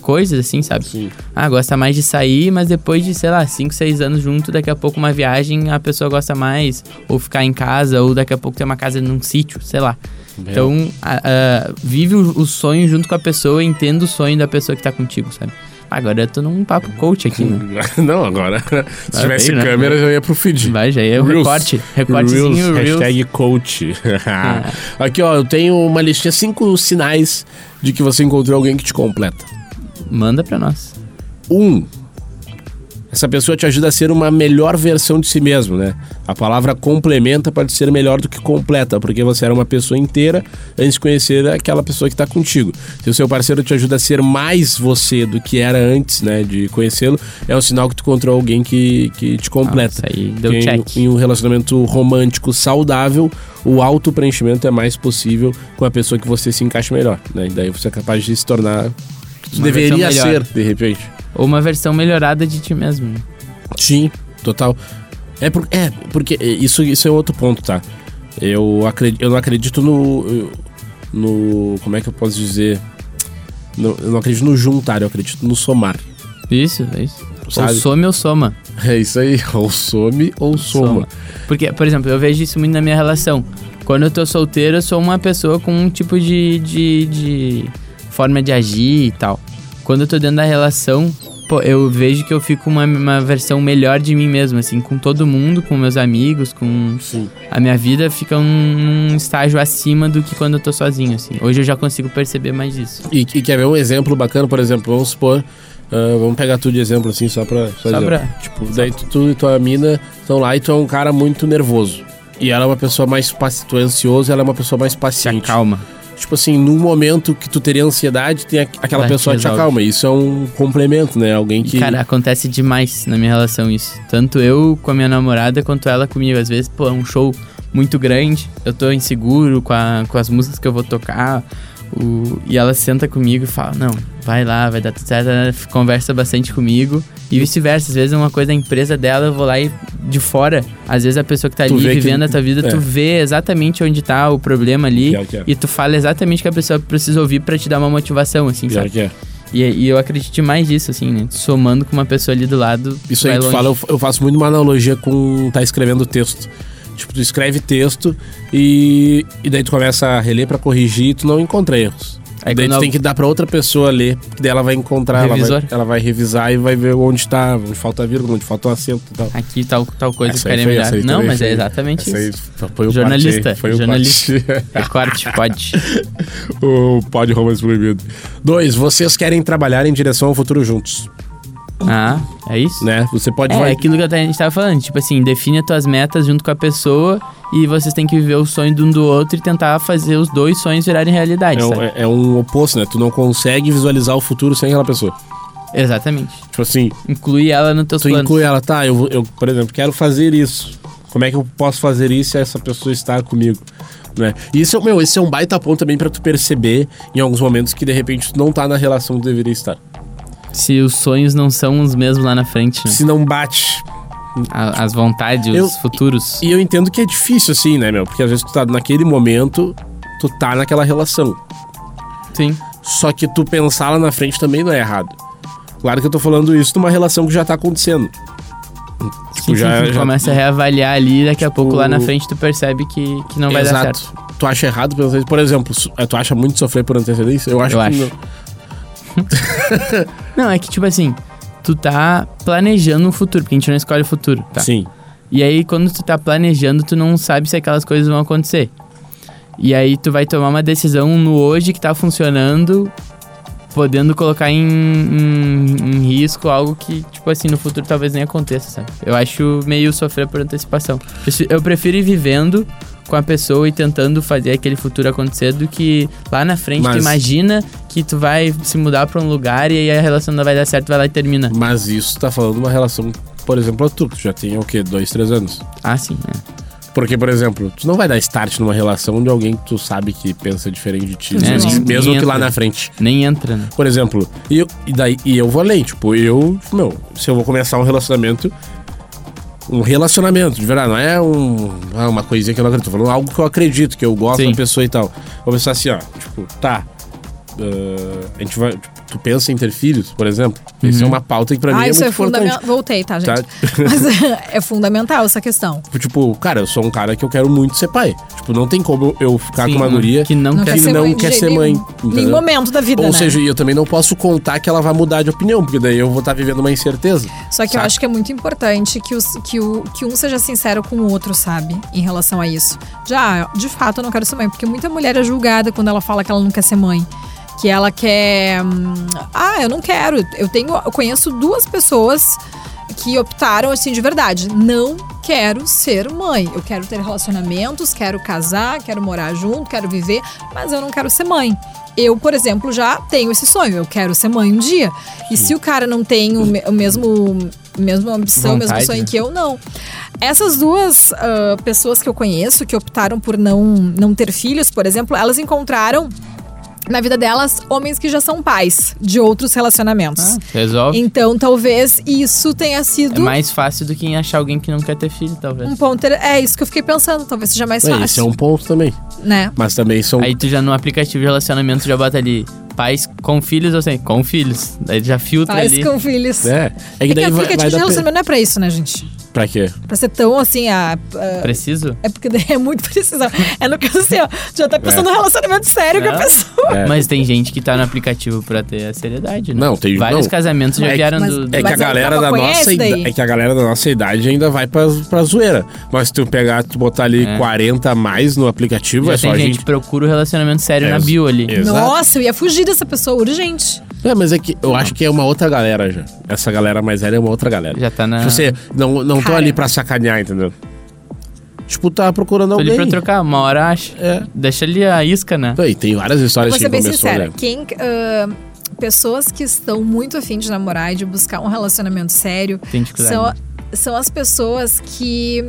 Speaker 3: coisas assim, sabe?
Speaker 1: Sim.
Speaker 3: Ah, gosta mais de sair, mas depois de, sei lá, 5, 6 anos junto, daqui a pouco uma viagem, a pessoa gosta mais, ou ficar em casa, ou daqui a pouco ter uma casa num sítio, sei lá. Então, a- a- vive o, o sonho junto com a pessoa, entenda o sonho da pessoa que tá contigo, sabe? Agora eu tô num papo coach aqui, né?
Speaker 1: Não, agora. Se
Speaker 3: Vai
Speaker 1: tivesse
Speaker 3: bem, né?
Speaker 1: câmera, eu ia pro feed.
Speaker 3: Vai, já é o
Speaker 1: Reels.
Speaker 3: recorte, recortezinho,
Speaker 1: Reels,
Speaker 3: Reels.
Speaker 1: Hashtag coach. Aqui, ó, eu tenho uma listinha, cinco sinais de que você encontrou alguém que te completa.
Speaker 3: Manda pra nós.
Speaker 1: Um, essa pessoa te ajuda a ser uma melhor versão de si mesmo, né? A palavra complementa pode ser melhor do que completa, porque você era uma pessoa inteira antes de conhecer aquela pessoa que tá contigo. Se o seu parceiro te ajuda a ser mais você do que era antes, né, de conhecê-lo, é um sinal que tu encontrou alguém que, que te completa.
Speaker 3: Nossa, aí deu
Speaker 1: Porque em-
Speaker 3: check.
Speaker 1: Em um relacionamento romântico saudável, o auto-preenchimento é mais possível com a pessoa que você se encaixa melhor, né? E daí você é capaz de se tornar... Tu
Speaker 3: Uma
Speaker 1: deveria
Speaker 3: versão
Speaker 1: ser,
Speaker 3: melhor.
Speaker 1: de repente.
Speaker 3: Ou uma versão melhorada de ti mesmo. né?
Speaker 1: Sim, total. É, por, é porque isso, isso é outro ponto, tá? Eu, acred, eu não acredito no, no. Como é que eu posso dizer? No- eu não acredito no juntar, eu acredito no somar.
Speaker 3: Isso, é isso.
Speaker 1: Sabe?
Speaker 3: Ou some ou soma.
Speaker 1: É isso aí. Ou some ou soma.
Speaker 3: Porque, por exemplo, eu vejo isso muito na minha relação. Quando eu tô solteiro, eu sou uma pessoa com um tipo de, de, de forma de agir e tal. Quando eu tô dentro da relação, pô, eu vejo que eu fico uma, uma versão melhor de mim mesmo, assim, com todo mundo, com meus amigos, com.
Speaker 1: Sim.
Speaker 3: A minha vida fica um, um estágio acima do que quando eu tô sozinho, assim. Hoje eu já consigo perceber mais isso.
Speaker 1: E, e quer ver um exemplo bacana, por exemplo, vamos supor. ah, vamos pegar tu de exemplo assim, só pra.
Speaker 3: Só
Speaker 1: exemplo.
Speaker 3: pra.
Speaker 1: Tipo, daí tu, tu e tua mina estão lá e tu é um cara muito nervoso. E ela é uma pessoa mais paciente. Tu é ansioso ela é uma pessoa mais
Speaker 3: Se
Speaker 1: paciente.
Speaker 3: acalma.
Speaker 1: Tipo assim, num momento que tu teria ansiedade, tem a- aquela
Speaker 3: Vai,
Speaker 1: pessoa te
Speaker 3: resolve.
Speaker 1: acalma. Isso é um complemento, né? Alguém
Speaker 3: E,
Speaker 1: que.
Speaker 3: Cara, acontece demais na minha relação isso. Tanto eu com a minha namorada quanto ela comigo. Às vezes, pô, é um show muito grande, eu tô inseguro com, a- com as músicas que eu vou tocar. o- e ela senta comigo e fala: Não, vai lá, vai dar tudo certo. Ela conversa bastante comigo. E vice-versa, às vezes é uma coisa da empresa dela, eu vou lá e de fora. Às vezes a pessoa que tá
Speaker 1: Tu
Speaker 3: ali
Speaker 1: vê que-
Speaker 3: vivendo a tua vida,
Speaker 1: é.
Speaker 3: tu vê exatamente onde tá o problema ali.
Speaker 1: Pior que é.
Speaker 3: E tu fala exatamente o que a pessoa precisa ouvir pra te dar uma motivação, assim,
Speaker 1: Já
Speaker 3: sabe?
Speaker 1: que é.
Speaker 3: E, e eu acredito demais nisso, assim, né? Somando com uma pessoa ali do lado.
Speaker 1: Isso aí
Speaker 3: vai
Speaker 1: que tu
Speaker 3: longe.
Speaker 1: fala, eu, eu faço muito uma analogia com tá escrevendo texto. Tipo, tu escreve texto e, e daí tu começa a reler pra corrigir e tu não encontra erros.
Speaker 3: Aí
Speaker 1: Daí
Speaker 3: quando
Speaker 1: tu
Speaker 3: a-
Speaker 1: tem que dar pra outra pessoa ler, que daí ela vai encontrar, ela vai,
Speaker 3: Revisor.
Speaker 1: ela vai revisar e vai ver onde tá, onde falta a vírgula, onde falta o acento e tal.
Speaker 3: Aqui tal, tal coisa
Speaker 1: Essa aí
Speaker 3: ficaria
Speaker 1: foi,
Speaker 3: melhor.
Speaker 1: essa aí
Speaker 3: Não,
Speaker 1: também
Speaker 3: mas
Speaker 1: foi.
Speaker 3: é exatamente
Speaker 1: Essa aí
Speaker 3: isso.
Speaker 1: foi o
Speaker 3: Jornalista,
Speaker 1: corte aí, foi
Speaker 3: jornalista.
Speaker 1: O, corte.
Speaker 3: Recorte, pode.
Speaker 1: o pó de romance proibido. Dois, vocês querem trabalhar em direção ao futuro juntos,
Speaker 3: Ah, é isso?
Speaker 1: né? Você pode...
Speaker 3: É,
Speaker 1: vai-
Speaker 3: é aquilo que a gente tava falando, tipo assim, define as tuas metas junto com a pessoa e vocês têm que viver o sonho de um do outro e tentar fazer os dois sonhos virarem realidade,
Speaker 1: é, um,
Speaker 3: sabe?
Speaker 1: é- é um oposto, né? Tu não consegue visualizar o futuro sem aquela pessoa.
Speaker 3: Exatamente.
Speaker 1: Tipo assim,
Speaker 3: Inclui ela nos teus
Speaker 1: tu
Speaker 3: planos.
Speaker 1: inclui ela, tá, eu, vou- eu, por exemplo, quero fazer isso. Como é que eu posso fazer isso e essa pessoa estar comigo? Né? E isso, é- meu, esse é um baita ponto também pra tu perceber em alguns momentos que de repente tu não tá na relação que tu deveria estar.
Speaker 3: Se os sonhos não são os mesmos lá na frente, né?
Speaker 1: Se não bate.
Speaker 3: A- As vontades,
Speaker 1: Eu-
Speaker 3: os futuros.
Speaker 1: E eu entendo que é difícil, assim, né, meu? Porque às vezes tu tá naquele momento, tu tá naquela relação.
Speaker 3: Sim.
Speaker 1: Só que tu pensar lá na frente também não é errado. Claro que eu tô falando isso numa relação que já tá acontecendo.
Speaker 3: Sim,
Speaker 1: Tipo, já-
Speaker 3: sim, tu
Speaker 1: já- Tipo,
Speaker 3: começa a reavaliar ali, daqui a pouco lá na frente tu percebe que, que não vai dar
Speaker 1: Exato.
Speaker 3: certo.
Speaker 1: Tu acha errado pensar isso? Por exemplo, su- é, tu acha muito sofrer por antecedência? Eu acho
Speaker 3: Eu
Speaker 1: que
Speaker 3: acho.
Speaker 1: não.
Speaker 3: Não, é que tipo assim, tu tá planejando um futuro, porque a gente não escolhe o futuro, tá?
Speaker 1: Sim.
Speaker 3: E aí, quando tu tá planejando, tu não sabe se aquelas coisas vão acontecer. E aí, tu vai tomar uma decisão no hoje que tá funcionando, podendo colocar em, em- em risco algo que, tipo assim, no futuro talvez nem aconteça, sabe? Eu acho meio sofrer por antecipação. Preci- Eu prefiro ir vivendo com a pessoa e tentando fazer aquele futuro acontecer do que lá na frente
Speaker 1: Mas-
Speaker 3: tu imagina que tu vai se mudar pra um lugar e aí a relação não vai dar certo, vai lá e termina.
Speaker 1: Mas isso tá falando uma relação, por exemplo, a tu, que já tem o quê? Dois, três anos.
Speaker 3: Ah, sim, né?
Speaker 1: Porque, por exemplo, tu não vai dar start numa relação de alguém que tu sabe que pensa diferente de ti.
Speaker 3: É,
Speaker 1: mesmo-
Speaker 3: não.
Speaker 1: mesmo que lá
Speaker 3: Entra.
Speaker 1: na frente.
Speaker 3: Nem entra, né?
Speaker 1: Por exemplo, e eu, e daí, e eu vou além, tipo, eu, meu, se eu vou começar um relacionamento, um relacionamento, de verdade, não é um, ah, uma coisinha que eu não acredito, tô falando algo que eu acredito, que eu gosto
Speaker 3: Sim.
Speaker 1: da pessoa e tal. Vou pensar assim, ó, tipo, tá, ah, a gente vai, tipo, tu pensa em ter filhos, por exemplo, isso é
Speaker 3: Uhum.
Speaker 1: uma pauta que pra mim
Speaker 2: Ah,
Speaker 1: é
Speaker 2: isso
Speaker 1: muito
Speaker 2: é
Speaker 1: importante.
Speaker 2: fundamental. Voltei, tá, gente?
Speaker 1: Tá.
Speaker 2: Mas é fundamental essa questão.
Speaker 1: Tipo, cara, eu sou um cara que eu quero muito ser pai. Tipo, não tem como eu ficar
Speaker 3: Sim,
Speaker 1: com uma
Speaker 3: não-
Speaker 1: guria
Speaker 3: que não quer
Speaker 1: que
Speaker 3: ser
Speaker 1: não
Speaker 2: mãe de
Speaker 1: quer ser
Speaker 2: jeito
Speaker 1: mãe.
Speaker 2: nenhum. Em
Speaker 1: entendeu?
Speaker 2: momento da vida,
Speaker 1: Ou
Speaker 2: né?
Speaker 1: seja, e eu também não posso contar que ela vai mudar de opinião, porque daí eu vou estar vivendo uma incerteza.
Speaker 2: Só que eu
Speaker 1: saca?
Speaker 2: acho que é muito importante que, os, que, o, que um seja sincero com o outro, sabe? Em relação a isso. Já, de fato, eu não quero ser mãe, porque muita mulher é julgada quando ela fala que ela não quer ser mãe. Que ela quer. hum, ah, eu não quero. Eu tenho. Eu conheço duas pessoas que optaram assim de verdade. Não quero ser mãe. Eu quero ter relacionamentos, quero casar, quero morar junto, quero viver, mas eu não quero ser mãe. Eu, por exemplo, já tenho esse sonho. Eu quero ser mãe um dia. E se o cara não tem o, me- o mesmo mesma ambição, o mesmo
Speaker 3: Vontade,
Speaker 2: sonho
Speaker 3: né?
Speaker 2: que eu, não. Essas duas ah, pessoas que eu conheço que optaram por não não ter filhos, por exemplo, elas encontraram na vida delas homens que já são pais de outros
Speaker 3: Ah.
Speaker 2: relacionamentos.
Speaker 3: Resolve.
Speaker 2: Então, talvez isso tenha sido
Speaker 3: É mais fácil do que achar alguém que não quer ter filho, talvez.
Speaker 2: um ponto. inter- É isso que eu fiquei pensando. Talvez seja mais
Speaker 1: É, esse é
Speaker 2: fácil,
Speaker 1: um ponto também.
Speaker 2: né?
Speaker 1: Mas também são.
Speaker 3: Aí tu já no aplicativo de relacionamento já bota ali pais com filhos ou sem? Com filhos. Daí tu já filtra
Speaker 2: Faz
Speaker 3: ali.
Speaker 2: com filhos. É.
Speaker 1: é, é que
Speaker 2: que
Speaker 1: daí vai, vai
Speaker 2: aplicativo de
Speaker 1: dar. Pra,
Speaker 2: relacionamento não é pra isso, né, gente?
Speaker 1: pra quê?
Speaker 2: Pra ser tão assim, a, a-
Speaker 3: Preciso?
Speaker 2: é porque daí é muito precisão. É no caso assim, ó, já tá pensando num relacionamento sério com a
Speaker 3: Não.
Speaker 2: pessoa.
Speaker 1: É.
Speaker 3: Mas tem gente que tá no aplicativo pra ter a seriedade, né?
Speaker 1: Não, tem-
Speaker 3: Vários
Speaker 1: não.
Speaker 3: casamentos já
Speaker 1: É que-
Speaker 3: vieram
Speaker 2: mas-
Speaker 3: do. do-
Speaker 1: É que, a
Speaker 2: Mas eu
Speaker 1: galera
Speaker 2: tava
Speaker 1: da
Speaker 2: com
Speaker 1: nossa
Speaker 2: essa daí.
Speaker 1: idade, é que a galera da nossa idade ainda vai pra, pra zoeira. Mas se tu pegar, tu botar ali 40 a mais no aplicativo,
Speaker 3: É. já
Speaker 1: é
Speaker 3: tem
Speaker 1: só a
Speaker 3: gente
Speaker 1: gente.
Speaker 3: que procura o relacionamento sério
Speaker 1: É,
Speaker 3: na bio ali.
Speaker 1: é. Exato.
Speaker 2: Nossa, eu ia fugir dessa pessoa urgente.
Speaker 1: É, mas é que eu acho que é uma outra galera já. Essa galera mais velha é uma outra galera.
Speaker 3: Já tá na-
Speaker 1: Tipo, Você não, não tô
Speaker 2: Cara.
Speaker 1: ali pra sacanear, entendeu? Tipo, tá procurando
Speaker 3: Tô ali
Speaker 1: alguém.
Speaker 3: pra trocar, uma hora acha.
Speaker 1: É.
Speaker 3: Deixa ali a isca, né?
Speaker 1: Pô, E tem várias histórias
Speaker 2: Vou
Speaker 1: que
Speaker 2: ser bem
Speaker 1: começou,
Speaker 2: sincera.
Speaker 1: né?
Speaker 2: Quem, ah, pessoas que estão muito afim de namorar e de buscar um relacionamento sério
Speaker 3: Tem dificuldade.
Speaker 2: são, são as pessoas que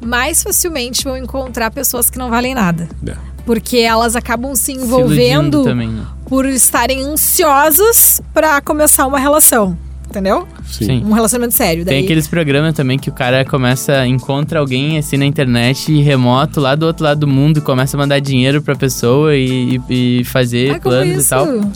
Speaker 2: mais facilmente vão encontrar pessoas que não valem nada.
Speaker 1: É.
Speaker 2: Porque elas acabam se
Speaker 3: Se iludindo
Speaker 2: envolvendo
Speaker 3: também, né?
Speaker 2: por estarem ansiosas pra começar uma relação. Entendeu?
Speaker 3: Sim.
Speaker 2: Um relacionamento sério.
Speaker 3: Tem
Speaker 2: Daí,
Speaker 3: aqueles programas também que o cara começa, encontra alguém assim na internet remoto, lá do outro lado do mundo, e começa a mandar dinheiro pra pessoa e, e- e fazer
Speaker 2: Ai, como é
Speaker 3: planos
Speaker 2: isso?
Speaker 3: e tal.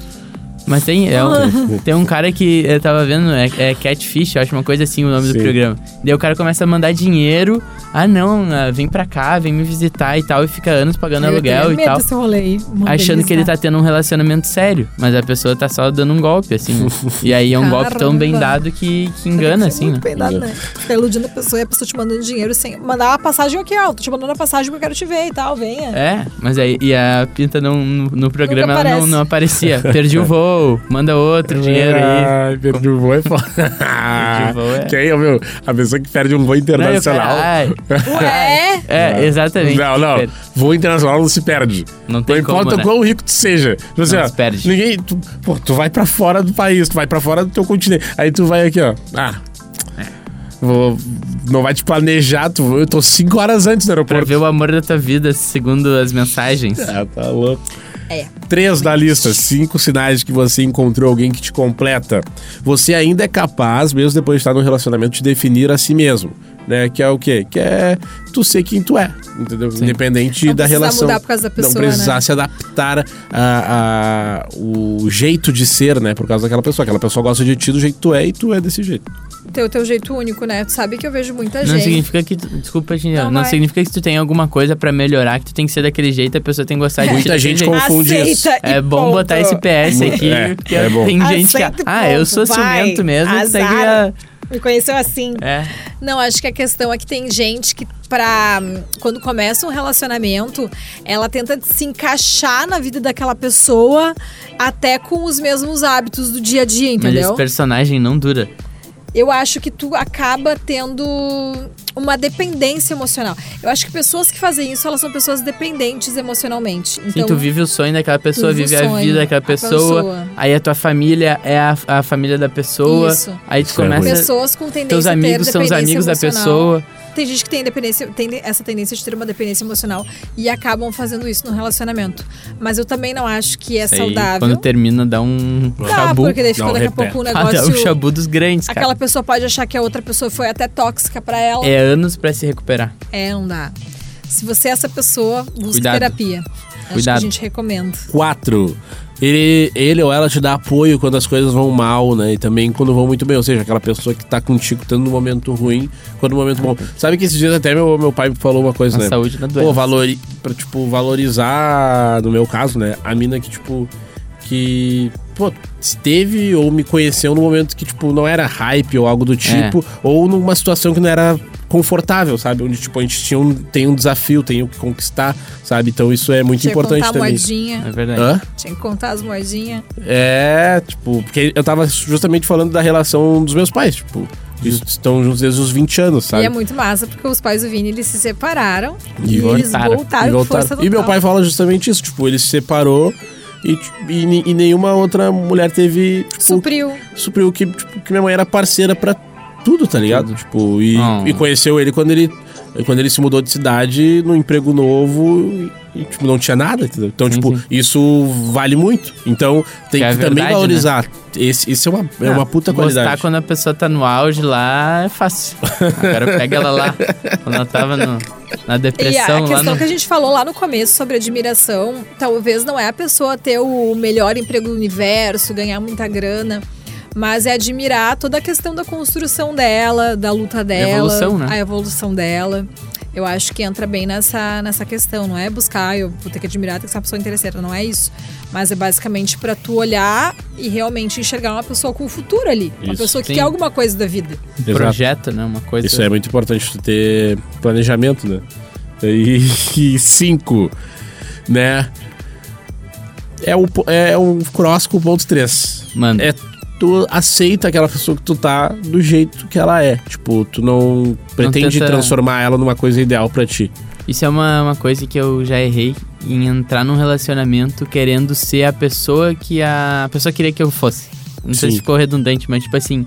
Speaker 3: Mas tem, é um- tem um cara que eu tava vendo, é, é Catfish, eu acho uma coisa assim o nome
Speaker 1: Sim.
Speaker 3: do programa. Daí o cara começa a mandar dinheiro ah não, ah, vem pra cá, vem me visitar e tal, e fica anos pagando
Speaker 2: Eu tenho
Speaker 3: aluguel e
Speaker 2: medo
Speaker 3: tal.
Speaker 2: desse rolê aí, né?
Speaker 3: Achando que ele
Speaker 2: modernizar.
Speaker 3: tá tendo um relacionamento sério, mas a pessoa tá só dando um golpe, assim. e aí é um golpe tão bem
Speaker 2: Caramba.
Speaker 3: dado que, que engana,
Speaker 2: Tem que ser
Speaker 3: assim, né?
Speaker 2: muito bem dado, né? Ficar iludindo a pessoa e a pessoa te mandando dinheiro sem. Mandar a passagem aqui, ó. Tô te mandando a passagem porque eu quero te ver e tal, venha.
Speaker 3: É, mas aí e a pinta não, no, no programa ela não,
Speaker 2: aparece.
Speaker 3: não aparecia. Perdi o voo, manda outro dinheiro aí.
Speaker 1: Ai, perdi o voo é foda.
Speaker 3: o voo é-
Speaker 1: Quem é meu? A pessoa que perde um voo
Speaker 3: Não, eu
Speaker 1: internacional. Ah.
Speaker 3: falei, ai.
Speaker 2: Ué?
Speaker 3: É, exatamente.
Speaker 1: Não, não.
Speaker 3: Pera,
Speaker 1: Voo internacional não se perde.
Speaker 3: Não tem como,
Speaker 1: importa
Speaker 3: né?
Speaker 1: o quão rico tu seja. Tipo assim,
Speaker 3: Não
Speaker 1: ó,
Speaker 3: se perde.
Speaker 1: Ninguém. Tu, pô, tu vai pra fora do país, tu vai pra fora do teu continente. Aí tu vai aqui, ó. Ah.
Speaker 3: É.
Speaker 1: Vou, não vai te planejar, tu, eu tô cinco horas antes do
Speaker 3: Pra
Speaker 1: aeroporto.
Speaker 3: ver o amor da tua vida, segundo as mensagens.
Speaker 1: Ah, tá louco.
Speaker 2: É.
Speaker 1: Três da lista, cinco sinais que você encontrou alguém que te completa. Você ainda é capaz, mesmo depois de estar num relacionamento, de definir a si mesmo. Né? Que é o quê? Que é tu ser quem tu é, entendeu? Independente
Speaker 2: Não
Speaker 1: da
Speaker 2: precisar
Speaker 1: relação.
Speaker 2: mudar por causa da pessoa,
Speaker 1: não precisar
Speaker 2: né?
Speaker 1: se adaptar a, a- o jeito de ser, né? Por causa daquela pessoa. Aquela pessoa gosta de ti do jeito que tu é e tu é desse jeito.
Speaker 2: Teu, teu jeito único, né? Tu sabe que eu vejo muita
Speaker 3: Não
Speaker 2: gente.
Speaker 3: significa que. tu- Desculpa, gente. Não,
Speaker 2: Não, vai.
Speaker 3: significa que tu tem alguma coisa pra melhorar, que tu tem que ser daquele jeito, a pessoa tem que gostar de ti
Speaker 1: Muita
Speaker 3: daquele
Speaker 1: gente
Speaker 3: jeito.
Speaker 1: confunde
Speaker 2: É. Aceita
Speaker 1: isso.
Speaker 2: e
Speaker 3: É bom
Speaker 2: ponto.
Speaker 3: botar esse PS aqui,
Speaker 1: É,
Speaker 3: porque
Speaker 1: é bom.
Speaker 3: tem gente que. Ah,
Speaker 2: Aceita e
Speaker 3: eu
Speaker 2: ponto,
Speaker 3: sou
Speaker 2: vai.
Speaker 3: ciumento mesmo, tu tem que.
Speaker 2: Azar.
Speaker 3: ah,
Speaker 2: Me conheceu assim.
Speaker 3: É.
Speaker 2: Não, acho que a questão é que tem gente que, pra. Quando começa um relacionamento, ela tenta se encaixar na vida daquela pessoa até com os mesmos hábitos do dia a dia,
Speaker 3: Mas esse
Speaker 2: entendeu?
Speaker 3: personagem não dura.
Speaker 2: eu acho que tu acaba tendo uma dependência emocional. Eu acho que pessoas que fazem isso, elas são pessoas dependentes emocionalmente.
Speaker 3: Sim,
Speaker 2: Então,
Speaker 3: tu vive o sonho daquela pessoa,
Speaker 2: vive
Speaker 3: vive
Speaker 2: o
Speaker 3: a
Speaker 2: sonho
Speaker 3: vida daquela
Speaker 2: da
Speaker 3: pessoa,
Speaker 2: pessoa.
Speaker 3: Aí a tua família é a, a família da pessoa.
Speaker 2: Isso.
Speaker 3: Aí tu
Speaker 1: Isso é
Speaker 3: começa.
Speaker 1: ruim.
Speaker 2: pessoas com tendência
Speaker 3: Teus
Speaker 2: a ter
Speaker 3: amigos são os
Speaker 2: dependência
Speaker 3: amigos da
Speaker 2: emocional.
Speaker 3: pessoa.
Speaker 2: Tem gente que tem, dependência, tem essa tendência de ter uma dependência emocional e acabam fazendo isso no relacionamento. Mas eu também não acho que é
Speaker 3: Aí,
Speaker 2: saudável.
Speaker 3: quando termina, dá um
Speaker 2: Tá,
Speaker 3: chabu.
Speaker 2: porque daí fica
Speaker 1: Não,
Speaker 2: daqui a
Speaker 1: repete.
Speaker 2: pouco um
Speaker 3: Ah, dá um
Speaker 2: negócio.
Speaker 3: chabu dos grandes, cara.
Speaker 2: aquela pessoa pode achar que a outra pessoa foi até tóxica pra ela. É,
Speaker 3: É anos pra se recuperar.
Speaker 2: não dá. Se você é essa pessoa, busca
Speaker 3: Cuidado.
Speaker 2: terapia. Acho que
Speaker 3: Cuidado.
Speaker 2: a gente recomenda.
Speaker 1: Quatro, ele, ele ou ela te dá apoio quando as coisas vão mal, né? E também quando vão muito bem. Ou seja, aquela pessoa que tá contigo tanto no momento ruim quanto no momento bom. Sabe que esses dias até meu, meu pai me falou uma coisa,
Speaker 3: Na
Speaker 1: né?
Speaker 3: saúde, na doença.
Speaker 1: Pô, valori, pra, tipo, valorizar, no meu caso, né? A mina que, tipo, que, pô, esteve ou me conheceu num momento que, tipo, não era hype ou
Speaker 3: É.
Speaker 1: algo do tipo, ou numa situação que não era confortável, sabe? Onde, tipo, a gente tinha um, tem um desafio, tem o que conquistar, sabe? Então isso é muito
Speaker 2: Tinha que
Speaker 1: importante
Speaker 2: contar a
Speaker 1: também.
Speaker 2: moedinha.
Speaker 3: É verdade.
Speaker 1: Hã?
Speaker 2: Tinha que contar as moedinhas.
Speaker 1: né? É, tipo, porque eu tava justamente falando da relação dos meus pais, tipo, eles estão juntos desde os 20 anos,
Speaker 2: E
Speaker 1: sabe?
Speaker 2: é muito massa, porque os pais do Vini, eles se separaram.
Speaker 1: E
Speaker 2: E, eles
Speaker 3: voltaram.
Speaker 2: voltaram,
Speaker 1: e,
Speaker 2: com
Speaker 1: voltaram.
Speaker 2: força
Speaker 1: E meu
Speaker 2: total.
Speaker 1: pai fala justamente isso, tipo, ele se separou e, tipo, e, ni- e nenhuma outra mulher teve, tipo,
Speaker 2: Supriu.
Speaker 1: supriu que, tipo, que minha mãe era parceira pra tudo, tá ligado? Tipo, e,
Speaker 3: Ah.
Speaker 1: e conheceu ele quando ele quando ele se mudou de cidade no emprego novo e, e, tipo, não tinha nada, entendeu? Então,
Speaker 3: Sim,
Speaker 1: tipo,
Speaker 3: sim.
Speaker 1: isso vale muito. Então, tem
Speaker 3: Que
Speaker 1: que,
Speaker 3: é a
Speaker 1: também
Speaker 3: verdade,
Speaker 1: valorizar. Esse, isso é uma, é uma
Speaker 3: Ah,
Speaker 1: puta
Speaker 3: Gostar
Speaker 1: qualidade.
Speaker 3: quando a pessoa tá no auge lá é fácil. Agora pega ela lá. Quando ela tava no-
Speaker 2: E
Speaker 3: na
Speaker 2: a
Speaker 3: depressão, lá
Speaker 2: questão
Speaker 3: no.
Speaker 2: que a gente falou lá no começo sobre admiração, talvez não é a pessoa ter o melhor emprego do universo, ganhar muita grana, mas é admirar toda a questão da construção dela, da luta dela,
Speaker 3: evolução, né?
Speaker 2: a evolução dela. Eu acho que entra bem nessa, nessa questão, não é buscar, eu vou ter que admirar, tem que ser uma pessoa interesseira, não é isso. Mas é basicamente pra tu olhar e realmente enxergar uma pessoa com futuro ali. uma
Speaker 1: Isso,
Speaker 2: pessoa que
Speaker 3: sim.
Speaker 2: quer alguma coisa da vida.
Speaker 1: Exato.
Speaker 3: Projeto, né? Uma coisa.
Speaker 1: Isso é muito importante tu ter planejamento, né? E, e cinco, né? É o, po- é o cross com o ponto 3.
Speaker 3: Mano.
Speaker 1: É tu aceita aquela pessoa que tu tá do jeito que ela é. Tipo, tu não pretende
Speaker 3: tenta-
Speaker 1: transformar ela numa coisa ideal pra ti.
Speaker 3: Isso é uma, uma coisa que eu já errei em entrar num relacionamento querendo ser a pessoa que a, a pessoa queria que eu fosse. Não sei
Speaker 1: Sim.
Speaker 3: se ficou redundante, mas tipo assim,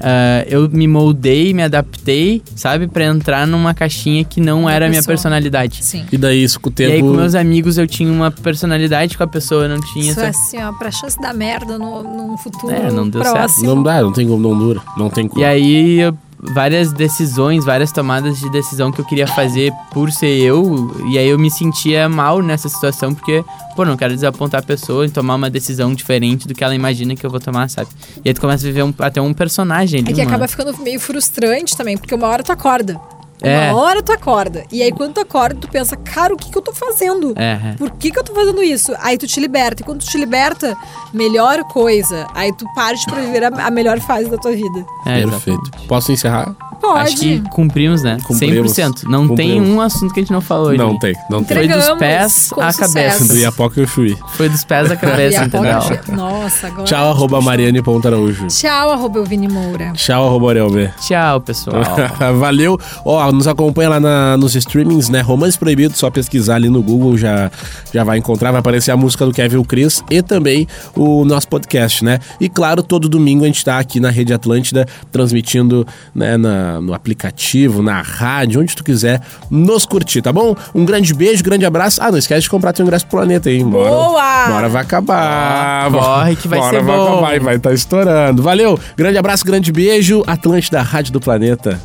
Speaker 3: ah, eu me moldei, me adaptei, sabe, Pra entrar numa caixinha que não
Speaker 2: Da
Speaker 3: era a minha
Speaker 2: pessoa.
Speaker 3: personalidade.
Speaker 2: Sim.
Speaker 1: E daí isso com o
Speaker 3: E aí com
Speaker 1: tempo.
Speaker 3: meus amigos eu tinha uma personalidade com a pessoa, eu não tinha
Speaker 2: Isso é
Speaker 3: essa...
Speaker 2: assim, ó, pra chance da merda no, num futuro
Speaker 3: É, não deu certo.
Speaker 2: próximo.
Speaker 1: Não dá, não tem como, não dura. Não tem como.
Speaker 3: E aí, eu- várias decisões, várias tomadas de decisão que eu queria fazer por ser eu, e aí eu me sentia mal nessa situação, porque, pô, não quero desapontar a pessoa e tomar uma decisão diferente do que ela imagina que eu vou tomar, sabe? E aí tu começa a viver um- até um personagem ali,
Speaker 2: É que
Speaker 3: mano.
Speaker 2: acaba ficando meio frustrante também, porque uma hora tu acorda.
Speaker 3: É.
Speaker 2: Uma hora tu acorda. E aí quando tu acorda, tu pensa, cara, o que, que eu tô fazendo?
Speaker 3: É, é.
Speaker 2: Por que, que eu tô fazendo isso? Aí tu te liberta. E quando tu te liberta, melhor coisa. Aí tu parte pra viver a, a melhor fase da tua vida.
Speaker 3: É, exato.
Speaker 1: Perfeito. Posso encerrar?
Speaker 2: Pode.
Speaker 3: Acho que cumprimos, né?
Speaker 1: Cumprimos.
Speaker 3: 100%. Não tem
Speaker 1: Cumprimos.
Speaker 3: um assunto que a gente não falou hoje.
Speaker 1: Não tem, não tem.
Speaker 3: Foi dos
Speaker 2: Entregamos
Speaker 3: pés
Speaker 2: com
Speaker 3: à
Speaker 2: sucesso.
Speaker 3: cabeça.
Speaker 1: Do Iapoca e o Chuí.
Speaker 3: Foi dos pés à
Speaker 2: E
Speaker 3: cabeça,
Speaker 2: a
Speaker 3: entendeu?
Speaker 2: Paula- Nossa, agora.
Speaker 1: Tchau, arroba Mariane Ponta Araújo.
Speaker 2: Tchau, arroba Elvini Moura.
Speaker 1: Tchau, arroba Ariel B.
Speaker 3: Tchau, pessoal.
Speaker 1: Valeu. Ó, nos acompanha lá na- nos streamings, né? Romance Proibido, só pesquisar ali no Google já, já vai encontrar, vai aparecer a música do Kevin Cris e também o nosso podcast, né? E claro, todo domingo a gente tá aqui na Rede Atlântida, transmitindo né, na- no aplicativo, na rádio, onde tu quiser nos curtir, tá bom? Um grande beijo, grande abraço. Ah, não esquece de comprar teu ingresso pro planeta, hein? Bora,
Speaker 2: Boa!
Speaker 1: Bora vai acabar.
Speaker 3: Corre que vai
Speaker 1: Bora
Speaker 3: ser
Speaker 1: vai
Speaker 3: bom.
Speaker 1: acabar e vai estar estourando. Valeu, grande abraço, grande beijo. Atlântida, Rádio do Planeta.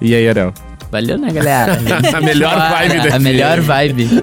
Speaker 1: E aí, Ariel?
Speaker 3: Valeu, né, galera?
Speaker 1: A melhor vibe
Speaker 3: A
Speaker 1: daqui.
Speaker 3: melhor vibe.